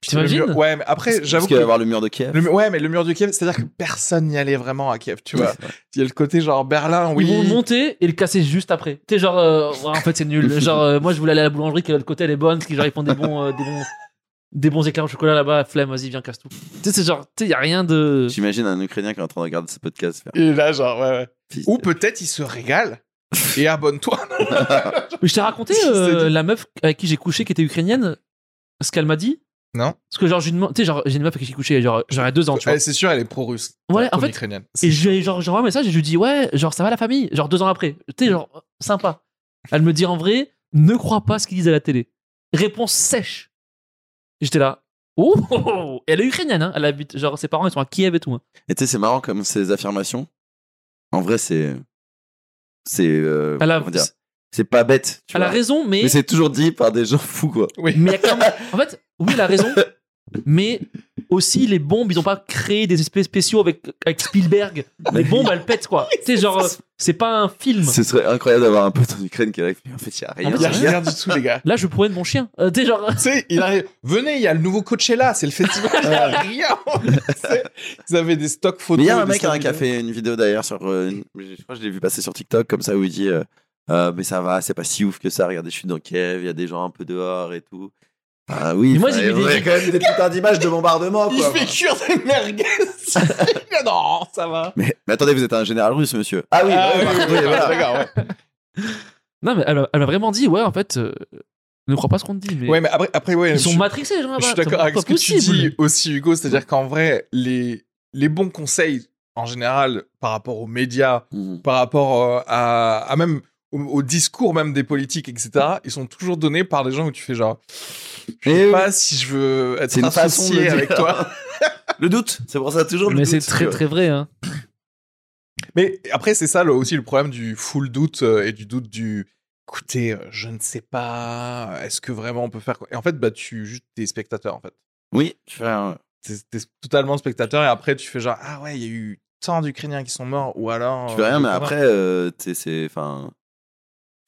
T'imagines Le mur- Ouais, mais après, Parce j'avoue qu'il va y que. avoir le mur de Kiev. le mu- ouais, mais le mur du Kiev, c'est-à-dire que personne n'y allait vraiment à Kiev, tu vois. Il y a le côté genre Berlin, Ils vont le oui. monter et le casser juste après. Tu sais, genre, euh, ouais, en fait, c'est nul. Genre, euh, moi, je voulais aller à la boulangerie qui est de l'autre côté, elle est bonne, parce que, genre, ils font des bons, euh, des bons, des bons éclairs au chocolat là-bas, flemme, vas-y, viens, casse tout. Tu sais, c'est genre, tu sais, y a rien de. J'imagine un Ukrainien qui est en train de regarder ce podcast. faire, Et là, genre, ouais, ouais. Fils Ou de- peut-être il se régale et abonne-toi. Mais je t'ai raconté Qu'est-ce que euh, c'est dit la meuf avec qui j'ai couché qui était ukrainienne, ce qu'elle m'a dit Non. Parce que, genre, j'ai une, tu sais, genre, j'ai une meuf avec qui j'ai couché, genre, j'aurais deux ans, tu vois. Ouais, c'est sûr, elle est pro-russe. Enfin, Ouais, en fait, pro-ukrainienne. Et je, lui- genre, j'envoie un message et je lui dis, ouais, genre, ça va la famille, genre deux ans après. Tu sais, genre, sympa. Elle me dit en vrai, ne crois pas ce qu'ils disent à la télé. Réponse sèche. Et J'étais là, Oh, oh, oh. Elle est ukrainienne, hein. Elle habite, genre, ses parents, ils sont à Kiev et tout. hein. Et tu sais, c'est marrant comme ces affirmations. En vrai, c'est. C'est. euh, Elle a- comment dire C'est pas bête. Tu Elle a vois. raison, mais. Mais c'est toujours dit par des gens fous, quoi. mais il y a clairement- En fait, oui, elle a raison, mais aussi les bombes, ils ont pas créé des espèces spéciaux avec, avec Spielberg. Les bombes, elles pètent, quoi. Tu sais, genre, euh, c'est pas un film. Ce serait incroyable d'avoir un pote en Ukraine qui arrive. mais En fait, il y a rien. Ah, mais Il y a c'est- rien du tout, les gars. Là, je promène mon chien. Euh, tu sais, genre. Tu sais, il arrive. Venez, il y a le nouveau Coachella, c'est le festival. Il y a rien. C'est- Ils avaient des stocks photos. Mais il y a et un des mec stocks hein, qui a vidéos. fait une vidéo d'ailleurs sur. euh, une- Je crois que je l'ai vu passer sur TikTok comme ça où il dit euh, Euh, Mais ça va, c'est pas si ouf que ça. Regardez, je suis dans Kiev, il y a des gens un peu dehors et tout. Ah oui, Mais moi, enfin, j'ai vu il y des- a quand même des putains d'images de bombardement, Il quoi. fait cuire des merguez. non, ça va. Mais, mais attendez, vous êtes un général russe, monsieur. Ah oui, Ah ouais, oui, pardon, oui, oui, voilà. d'accord, ouais. Non, mais elle, a- elle m'a vraiment dit, ouais, en fait, euh, ne crois pas ce qu'on te dit. Mais... Ouais, mais après, après ouais, ils je sont suis- matrixés, les gens là-bas. Je suis C'est d'accord pas avec ce que possible. tu dis aussi, Hugo. C'est-à-dire qu'en vrai, les, les bons conseils, en général, par rapport aux médias, Mhm. par rapport euh, à, à même au, au discours même des politiques, etc., ils sont toujours donnés par des gens où tu fais genre, je Eh sais oui. pas si je veux être C'est une façon de le associé dire. avec toi. Le doute, c'est pour ça toujours le Mais doute. c'est très très vrai. Hein. Mais après, c'est ça le- aussi le problème du full doute euh, et du doute du. Écoutez, euh, je ne sais pas. euh, Est-ce que vraiment on peut faire quoi Et en fait, bah, tu juste t'es spectateur en fait. Oui, je fais un- T'es t'es totalement spectateur et après tu fais genre ah ouais, il y a eu tant d'Ukrainiens qui sont morts ou alors. je euh, fais rien, mais voilà. après, euh, tu sais, c'est. Enfin.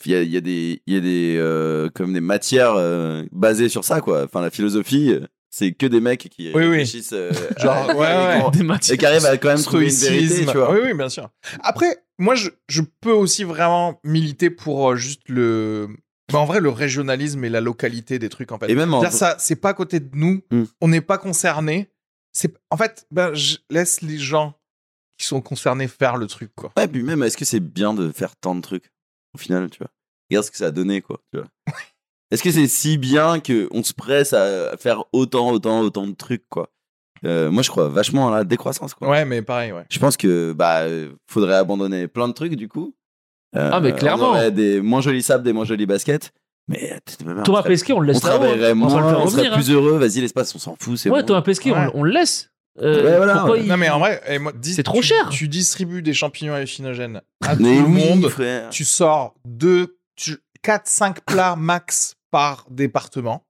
Il y a, il y a des, il y a des, euh, comme des matières euh, basées sur ça, quoi. Enfin, la philosophie, euh, c'est que des mecs qui Oui, oui. réfléchissent. euh, Genre, à- ouais, à- ouais. Des matières. Et qui arrivent à quand même trouver une vérité, stoïcisme. tu vois. Oui, oui, bien sûr. Après, moi, je, je peux aussi vraiment militer pour euh, juste le. bah, en vrai, le régionalisme et la localité des trucs, en fait. Et même en. Dire ça, c'est pas à côté de nous, Mm. on n'est pas concerné. C'est en fait, ben, je laisse les gens qui sont concernés faire le truc, quoi. Ouais, puis même, est-ce que c'est bien de faire tant de trucs au final, tu vois Regarde ce que ça a donné, quoi. Tu vois est-ce que c'est si bien que on se presse à faire autant, autant, autant de trucs, quoi Euh, Moi, je crois vachement à la décroissance, quoi. Ouais, mais pareil, ouais. Je pense que bah euh, faudrait abandonner plein de trucs, du coup. Euh, Ah, mais on clairement. aurait des moins jolis sables, des moins jolis baskets. Mais euh, t'es- même, on Thomas serait- Pesquet, on le on laisse là-haut. travaillerait hein. On va le moins, faire on serait revenir. plus heureux. Vas-y, l'espace, on s'en fout, c'est hein. Ouais, bon. Thomas Pesquet, on- Ouais. on le laisse. Euh, Ouais, voilà. pourquoi il- Non, mais en vrai, eh, moi, dis- C'est trop tu- cher. Tu distribues des champignons hallucinogènes à tout Mais le oui, monde. frère. Tu sors deux, tu- quatre, cinq plats max par département.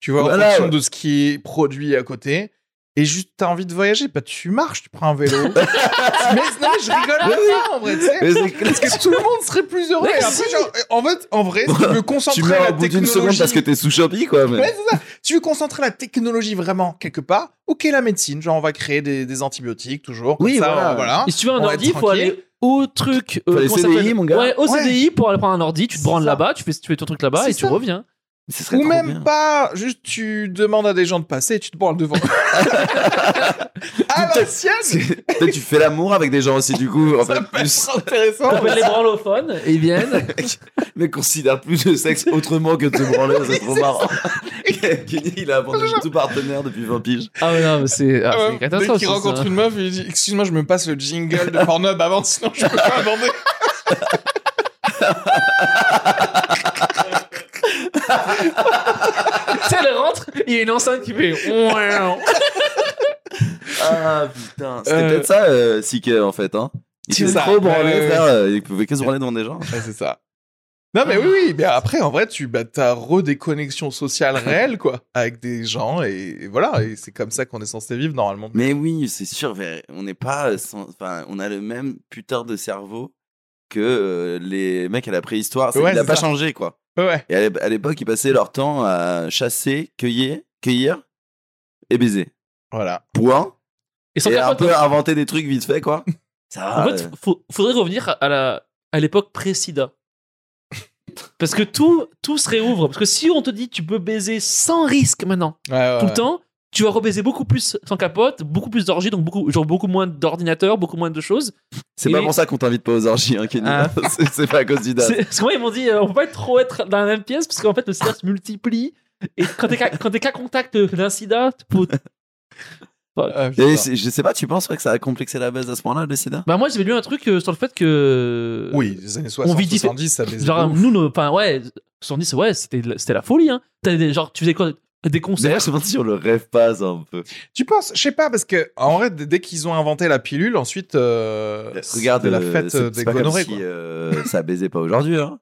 Tu vois, Voilà, en fonction ouais. de ce qui est produit à côté. Et juste, t'as envie de voyager, bah, tu marches, tu prends un vélo. mais non, mais je rigole Ah, pas ça, en vrai, tu sais. Mais c'est clair. Parce que tout le monde serait plus heureux. Mais Et après, genre, en fait, en vrai, si tu veux concentrer Tu meurs la au bout d'une technologie. seconde parce que t'es sous Shopee, quoi. mais- Ouais, c'est ça. Tu veux concentrer la technologie vraiment quelque part. Ok, la médecine, genre on va créer des, des antibiotiques toujours. comme Oui, ça, voilà. on- voilà. Et si tu veux un On va ordi, être faut tranquille. aller au truc. euh, Faut aller comment ça CDI, s'appelle mon gars. Ouais, au CDI pour aller prendre un ordi, tu te C'est branles ça. là-bas, tu fais, tu fais ton truc là-bas C'est et tu ça. reviens. Mais ce serait Ou trop même bien. pas, juste tu demandes à des gens de passer et tu te branles devant. à l'ancienne, C'est- Peut-être tu fais l'amour avec des gens aussi, du coup. En ça fait, peut plus. être intéressant. T'appelles les branlophones et ils viennent. Mais considère plus le sexe autrement que de se branler, c'est trop marrant. Kenny, il a abandonné tout partenaire depuis 20 piges. Ah ouais, non, mais c'est ah, Euh, c'est une dès catastrophe. qu'il ça, ça. rencontre une meuf, il dit Excuse-moi, je me passe le jingle de Pornhub avant, sinon je peux pas aborder. Tu sais, elle rentre, il y a une enceinte qui fait. Ah putain. C'était Euh. peut-être ça, euh, Siké, en fait. Hein. Il C'est s'est ça. trop branlé, Ouais, ouais, frère. euh, Il pouvait que se branler devant des gens. Ouais, c'est ça. Non, mais oui, oui. Mais après, en vrai, tu bah, as redéconnexion sociale réelle, quoi, avec des gens. Et, et voilà, et c'est comme ça qu'on est censé vivre normalement. Mais oui, c'est sûr. mais On n'est pas. euh, sans- Enfin, on a le même putain de cerveau que euh, les mecs à la préhistoire. C'est Ouais, il a c'est pas ça. changé, quoi. Ouais, ouais. Et à l'ép- à l'époque, ils passaient leur temps à chasser, cueillir, cueillir et baiser. Voilà. Point. Et sans Et un capote, peu inventer des trucs vite fait, quoi. Ça Ah, En va. fait, euh, faut- faudrait revenir à la à l'époque pré-sida. Parce que tout, tout se réouvre. Parce que si on te dit tu peux baiser sans risque maintenant, Ouais, ouais, tout le Ah ouais. temps, tu vas rebaiser beaucoup plus sans capote, beaucoup plus d'orgies, donc beaucoup, genre beaucoup moins d'ordinateurs, beaucoup moins de choses. C'est et- pas pour ça qu'on t'invite pas aux orgies, hein, Kenny. Ah. C'est- C'est pas à cause du DAS. C'est- Parce que moi, ils m'ont dit euh, on peut pas être trop être dans la même pièce parce qu'en fait le sida se multiplie. Et quand t'es qu'à- quand t'es qu'à contact d'un sida, tu peux- Ah, putain. Et c'est- je sais pas, tu penses ouais, que ça a complexé la baisse à ce point-là, le sida bah moi j'avais lu un truc euh, sur le fait que Oui, les années 60, On vit dix- 70, ça baisait. Genre, de ouf. nous, nos- enfin, ouais, 70, ouais, c'était, la- c'était la folie, hein. T'avais des- genre, tu faisais quoi des concerts. D'ailleurs, je me demande si on le rêve pas, ça, un peu. Tu penses Je sais pas, parce que en vrai, dès qu'ils ont inventé la pilule, ensuite, euh, Regarde, c'était la euh, fête c'est- euh, c'est des pas comme gonorrhées. si, quoi. euh, ça baisait pas aujourd'hui, hein.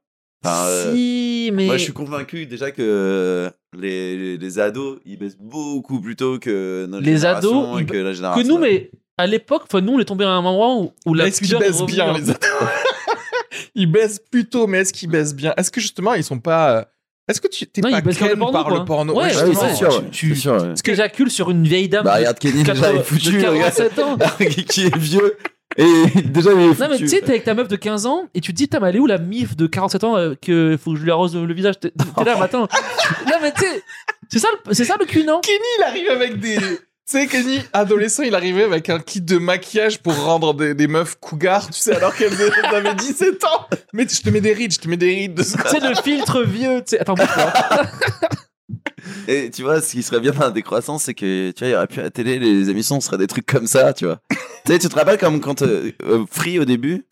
Enfin, euh, Si, mais. Moi, je suis convaincu déjà que euh, les, les- les ados, ils baissent beaucoup plus tôt que notre Les ados, génération et ils que ba- la que génération. nous, mais à l'époque, enfin, nous, on est tombé à un moment où, où la Est-ce qu'ils pudeur est baissent revenue, bien hein. les ados Ils baissent plutôt, mais est-ce qu'ils baissent bien Est-ce que justement, ils sont pas. euh, Est-ce que tu t'es Non, pas ils baissent comme ken le porno, par quoi. le porno Ouais, Ah ouais, oui, justement, c'est sûr. tu- ouais, tu- c'est sûr, ouais. Ce que j'accule sur une vieille dame. Bah, de- regarde Kenny, de déjà, il 80 est de foutu, le gars. 47 ans. qui est vieux. Et déjà, il est Non, mais foutu. tu sais, t'es avec ta meuf de 15 ans et tu te dis, t'as elle est où la mif de 47 ans euh, que faut que je lui arrose le visage T'es t'es là, matin. non, mais tu sais, c'est ça, le- c'est ça le cul, non Kenny, il arrive avec des. tu sais, Kenny, adolescent, il arrivait avec un kit de maquillage pour rendre des, des meufs cougars, tu sais, alors qu'elles avaient 17 ans. Mais je te mets des rides, je te mets des rides de ce Tu sais, le filtre vieux, tu sais. Attends, bouge pas. Et tu vois, ce qui serait bien dans la décroissance, c'est que tu vois, il y aurait plus à la télé, les émissions seraient des trucs comme ça, tu vois. tu sais, tu te rappelles comme quand euh, euh, Free au début,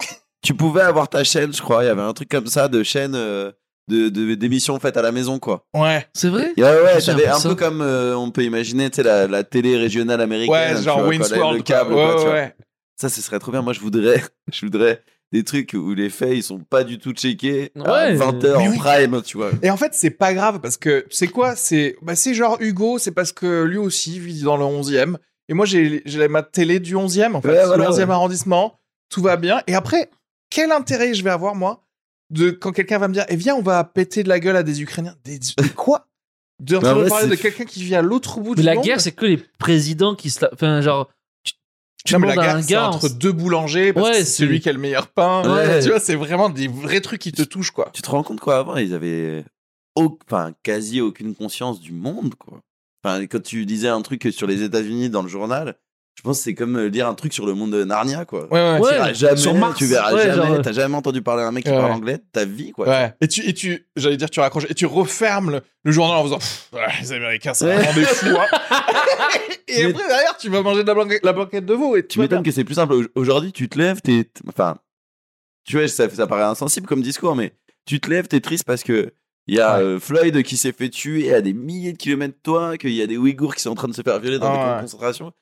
tu pouvais avoir ta chaîne, je crois. Il y avait un truc comme ça de chaîne euh, de de- d'émissions faites à la maison, quoi. Ouais. C'est vrai Et ouais, ouais, J'ai t'avais un l'impression. peu comme euh, on peut imaginer, tu sais, la, la télé régionale américaine. Ouais, tu genre vois, Wayne's quand elle a World. le quoi. câble, quoi, Ouais, tu ouais, vois. ouais. Ça, ce serait trop bien. Moi, je voudrais, je voudrais des trucs où les faits, ils sont pas du tout checkés à Ouais. 20h Mais en oui. prime, tu vois. Et en fait, c'est pas grave parce que c'est quoi C'est bah, c'est genre Hugo, c'est parce que lui aussi vit dans le 11e. Et moi, j'ai j'ai ma télé du 11e, en fait, Ouais, voilà, le 11e ouais. arrondissement. Tout va bien. Et après, quel intérêt je vais avoir, moi, de quand quelqu'un va me dire Eh viens, on va péter de la gueule à des Ukrainiens. Des, des quoi De Bah ouais, parler de c'est- quelqu'un qui vit à l'autre bout Mais du la monde guerre, c'est que les présidents qui se. la- Enfin, genre. Tu, tu Non, mais la demandes à guerre, un c'est gars. hein. entre deux boulangers, parce Ouais, que c'est c'est- celui qui a le meilleur pain. Ouais. Tu vois, c'est vraiment des vrais trucs qui te touchent, quoi. Tu te rends compte quoi avant ils avaient au- enfin quasi aucune conscience du monde quoi. Enfin quand tu disais un truc sur les États-Unis dans le journal, je pense que c'est comme euh, lire un truc sur le monde de Narnia quoi. Ouais, ouais. Tu Ouais, verras jamais, sur Mars, tu verras ouais, jamais, genre, t'as jamais entendu parler à un mec qui Ouais. parle anglais de ta vie quoi. Ouais. Et tu, et tu j'allais dire, tu raccroches, et tu refermes le, le journal en faisant Pff, ouais, les Américains, c'est Ouais. vraiment des fous. hein. et Mais- après, derrière, tu vas manger de la, blanquette- la banquette de veau et Tu tu vas m'étonnes que c'est plus simple. Au- Aujourd'hui, tu te lèves, t'es. t- Enfin, tu vois, ça, ça paraît insensible comme discours, mais tu te lèves, t'es triste parce que il y a Ouais. euh, Floyd qui s'est fait tuer à des milliers de kilomètres de toi, qu'il y a des Ouïghours qui sont en train de se faire violer dans des Ah camps ouais. de concentration.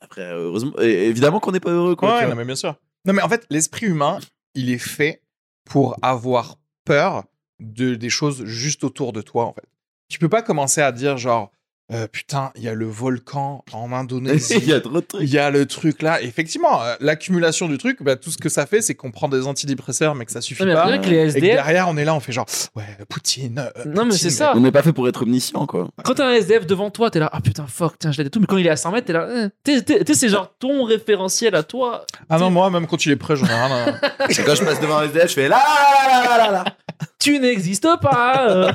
Après, heureusement, et- évidemment qu'on n'est pas heureux, quoi. Ouais, tu non, vois. mais bien sûr. Non, mais en fait, l'esprit humain, il est fait pour avoir peur de, des choses juste autour de toi, en fait. Tu peux pas commencer à dire, genre, Euh, putain, il y a le volcan en Indonésie. Il y a trop de trucs. Il y a le truc là, effectivement, euh, l'accumulation du truc, bah, tout ce que ça fait, c'est qu'on prend des antidépresseurs, mais que ça suffit Non, mais pas. rien que les Et que SDF. derrière, on est là, on fait genre, ouais, Poutine. euh, Non, mais Poutine, c'est ça. On n'est pas fait pour être omniscient, quoi. Quand t'as un SDF devant toi, t'es là, ah putain, fuck, tiens, je l'aide et tout. Mais quand il est à 100 mètres, t'es là, eh. T'es- t'es- t'es- c'est genre ton référentiel à toi. Ah non, moi, même quand il est prêt, j'en ai rien à. Et quand je passe devant un SDF, je fais là, là, là, là, là, là. Tu n'existes pas. euh.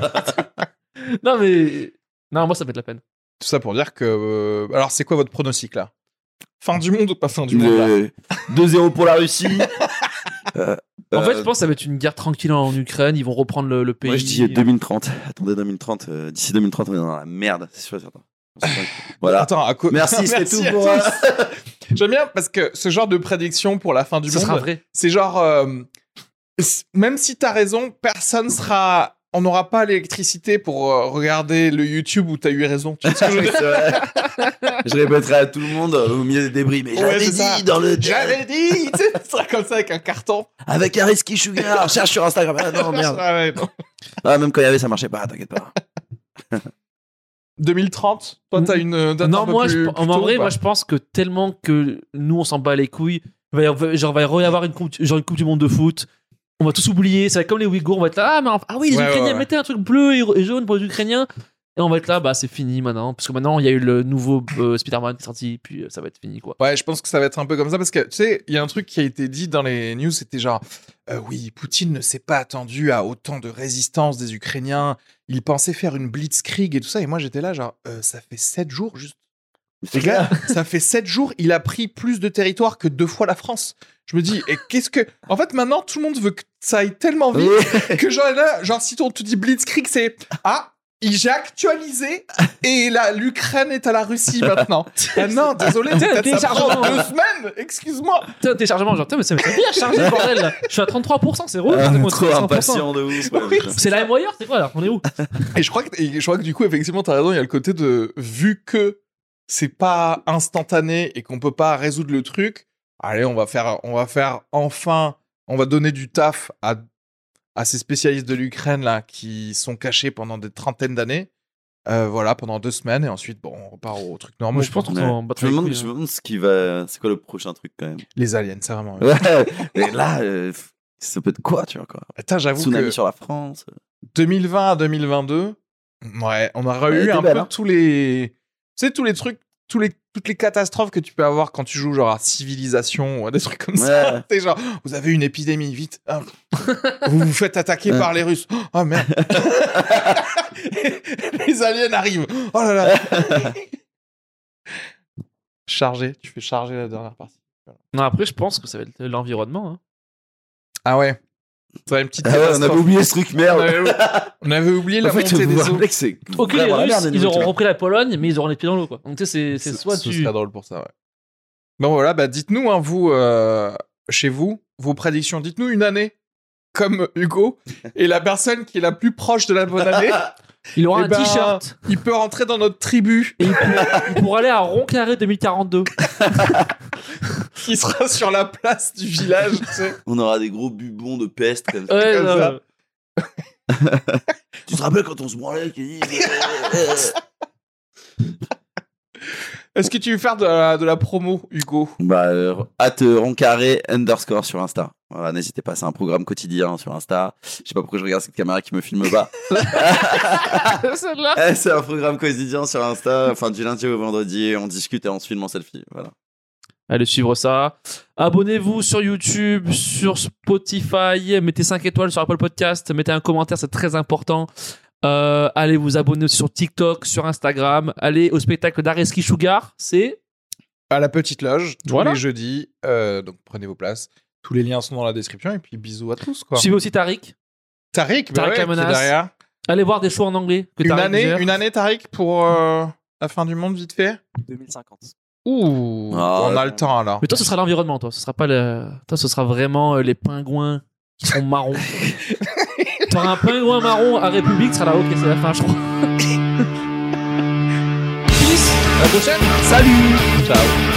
non, mais. Non, moi, ça me fait de la peine. Tout ça pour dire que. euh, Alors, c'est quoi votre pronostic là Fin du monde ou pas fin du monde là Euh, 2-0 pour la Russie. Euh, En fait, euh, je pense que ça va être une guerre tranquille en Ukraine. Ils vont reprendre le, le pays. Moi, je dis 2030. Attendez 2030. euh, D'ici 2030, on est dans la merde, c'est sûr et certain. On se prend- voilà. Attends, à quoi Merci, c'est tout à pour. tous. euh, J'aime bien parce que ce genre de prédiction pour la fin du Ça sera monde, vrai. c'est genre. euh, c- Même si t'as raison, personne sera. On n'aura pas l'électricité pour euh, regarder le YouTube où t'as eu raison. Tu vois ce que je veux oui, dire c'est vrai. je répéterai à tout le monde euh, au milieu des débris, mais Ouais, j'avais c'est ça. dit dans le J'avais dit, tu sais, ce sera comme ça avec un carton. avec Ariski Sugar, cherche sur Instagram. Ah non, merde. Ah ouais, non. Ah, même quand il y avait, ça marchait pas, t'inquiète pas. 2030, toi t'as une euh, date un Non, peu moi, plus- plus je, en tôt, vrai, ou pas moi, je pense que tellement que nous, on s'en bat les couilles, il va y avoir- genre, il va y avoir une coupe, genre une coupe du monde de foot. On va tous oublier. Ça va être comme les Ouïghours. On va être là, ah, mais enfin- ah oui, les Ouais, ouais, Ukrainiens, ouais. mettez un truc bleu et, et jaune pour les Ukrainiens. Et on va être là, bah, c'est fini maintenant. Parce que maintenant, il y a eu le nouveau euh, Spider-Man qui est sorti, puis euh, ça va être fini, quoi. Ouais, je pense que ça va être un peu comme ça parce que tu sais, il y a un truc qui a été dit dans les news, c'était genre euh, oui, Poutine ne s'est pas attendu à autant de résistance des Ukrainiens. Il pensait faire une blitzkrieg et tout ça. Et moi, j'étais là, genre Euh, ça fait sept jours juste. Les gars, ça fait sept jours. Il a pris plus de territoire que deux fois la France. Je me dis, et qu'est-ce que. En fait, maintenant, tout le monde veut que ça aille tellement vite Oui. que genre là, genre si on te dit blitzkrieg, c'est ah. il- j'ai actualisé et là, l'Ukraine est à la Russie maintenant. Ah non, désolé, Tiens, peut-être ça prend téléchargement. deux semaines, excuse-moi. Putain, le téléchargement, genre, putain, mais ça m'est bien chargé, bordel. là. Je suis à 33%, c'est relou. Ah, c'est bon, trop 100%. impatient de ouf. ouais, Oui. putain. C'est la même wire, c'est quoi là On est où Et je crois que, et je crois que du coup, effectivement, t'as raison, il y a le côté de, vu que c'est pas instantané et qu'on peut pas résoudre le truc, allez, on va faire, on va faire enfin, on va donner du taf à, à ces spécialistes de l'Ukraine, là, qui sont cachés pendant des trentaines d'années. Euh, voilà, pendant deux semaines, et ensuite, bon, on repart au truc normal. Moi, je pense qu'on Ouais. s'en bat Je me les demande, couilles, je hein. me demande ce qui va. C'est quoi le prochain truc quand même Les aliens, c'est vraiment. Ouais, mais là, euh, pff, ça peut être quoi, tu vois quoi Attends, j'avoue Tsunami que sur la France. 2020 à 2022, ouais, on aura Elle eu était un belle, peu hein. tous les, tu sais, tous les trucs, tous les, toutes les catastrophes que tu peux avoir quand tu joues genre à Civilisation ou à des trucs comme Ouais. ça. T'es genre, vous avez une épidémie, vite, Ah. vous vous faites attaquer Ouais. par les Russes. Oh merde, les aliens arrivent. Oh là là. Chargé, tu fais charger la dernière partie. Non, après, je pense que ça va être l'environnement. hein. Ah ouais. Ça va une petite Ah ouais, on avait catastrophe. oublié ce truc, on, merde. avait... on avait oublié la En fait, montée vous vous des eaux. rappelez que c'est. Ok, les vraiment la Russes, merde, les ils auront nourritures. repris la Pologne, mais ils auront les pieds dans l'eau, quoi. Donc, tu sais, c'est- c'est Ce- soit ce tu. serait drôle pour ça, ouais. Bon, voilà, bah, dites-nous, hein, vous, euh, chez vous, vos prédictions. Dites-nous une année, comme Hugo, et la personne qui est la plus proche de la bonne année, Il aura Eh un ben- t-shirt il peut rentrer dans notre tribu, et il pour- il pourra aller à Ronclaré 2042. qui sera sur la place du village, tu sais. On aura des gros bubons de peste comme ça. Ouais, euh. Comme non, ça. mais- Tu te rappelles quand on se branlait qui dit. Est-ce que tu veux faire de la, de la promo, Hugo Bah, euh, at euh, roncarré underscore sur Insta. Voilà, n'hésitez pas, c'est un programme quotidien sur Insta. Je sais pas pourquoi je regarde cette caméra qui me filme pas. Celle-là. Eh, c'est un programme quotidien sur Insta, enfin du lundi au vendredi, on discute et on se filme en selfie. Voilà. Allez suivre ça. Abonnez-vous sur YouTube, sur Spotify. Mettez 5 étoiles sur Apple Podcast. Mettez un commentaire, c'est très important. Euh, allez vous abonner sur TikTok, sur Instagram. Allez au spectacle d'Areski Sugar. C'est À la petite loge, tous Voilà. les jeudis. euh, donc, prenez vos places. Tous les liens sont dans la description, et puis bisous à tous, quoi. suivez aussi Tariq. Tariq, bah Tariq ouais, qui est Amenas. derrière. Allez voir des shows en anglais. Que Une Tariq année, gère. une année, Tariq, pour euh, la fin du monde, vite fait 2050. Ouh, Ah, on a le temps alors. Mais toi, ce sera l'environnement, toi. Ce sera pas le. Toi, ce sera vraiment euh, les pingouins qui sont marrons. T'auras un pingouin marron à République, ce sera là, ok, c'est la fin, je crois. Peace. À la prochaine Salut Ciao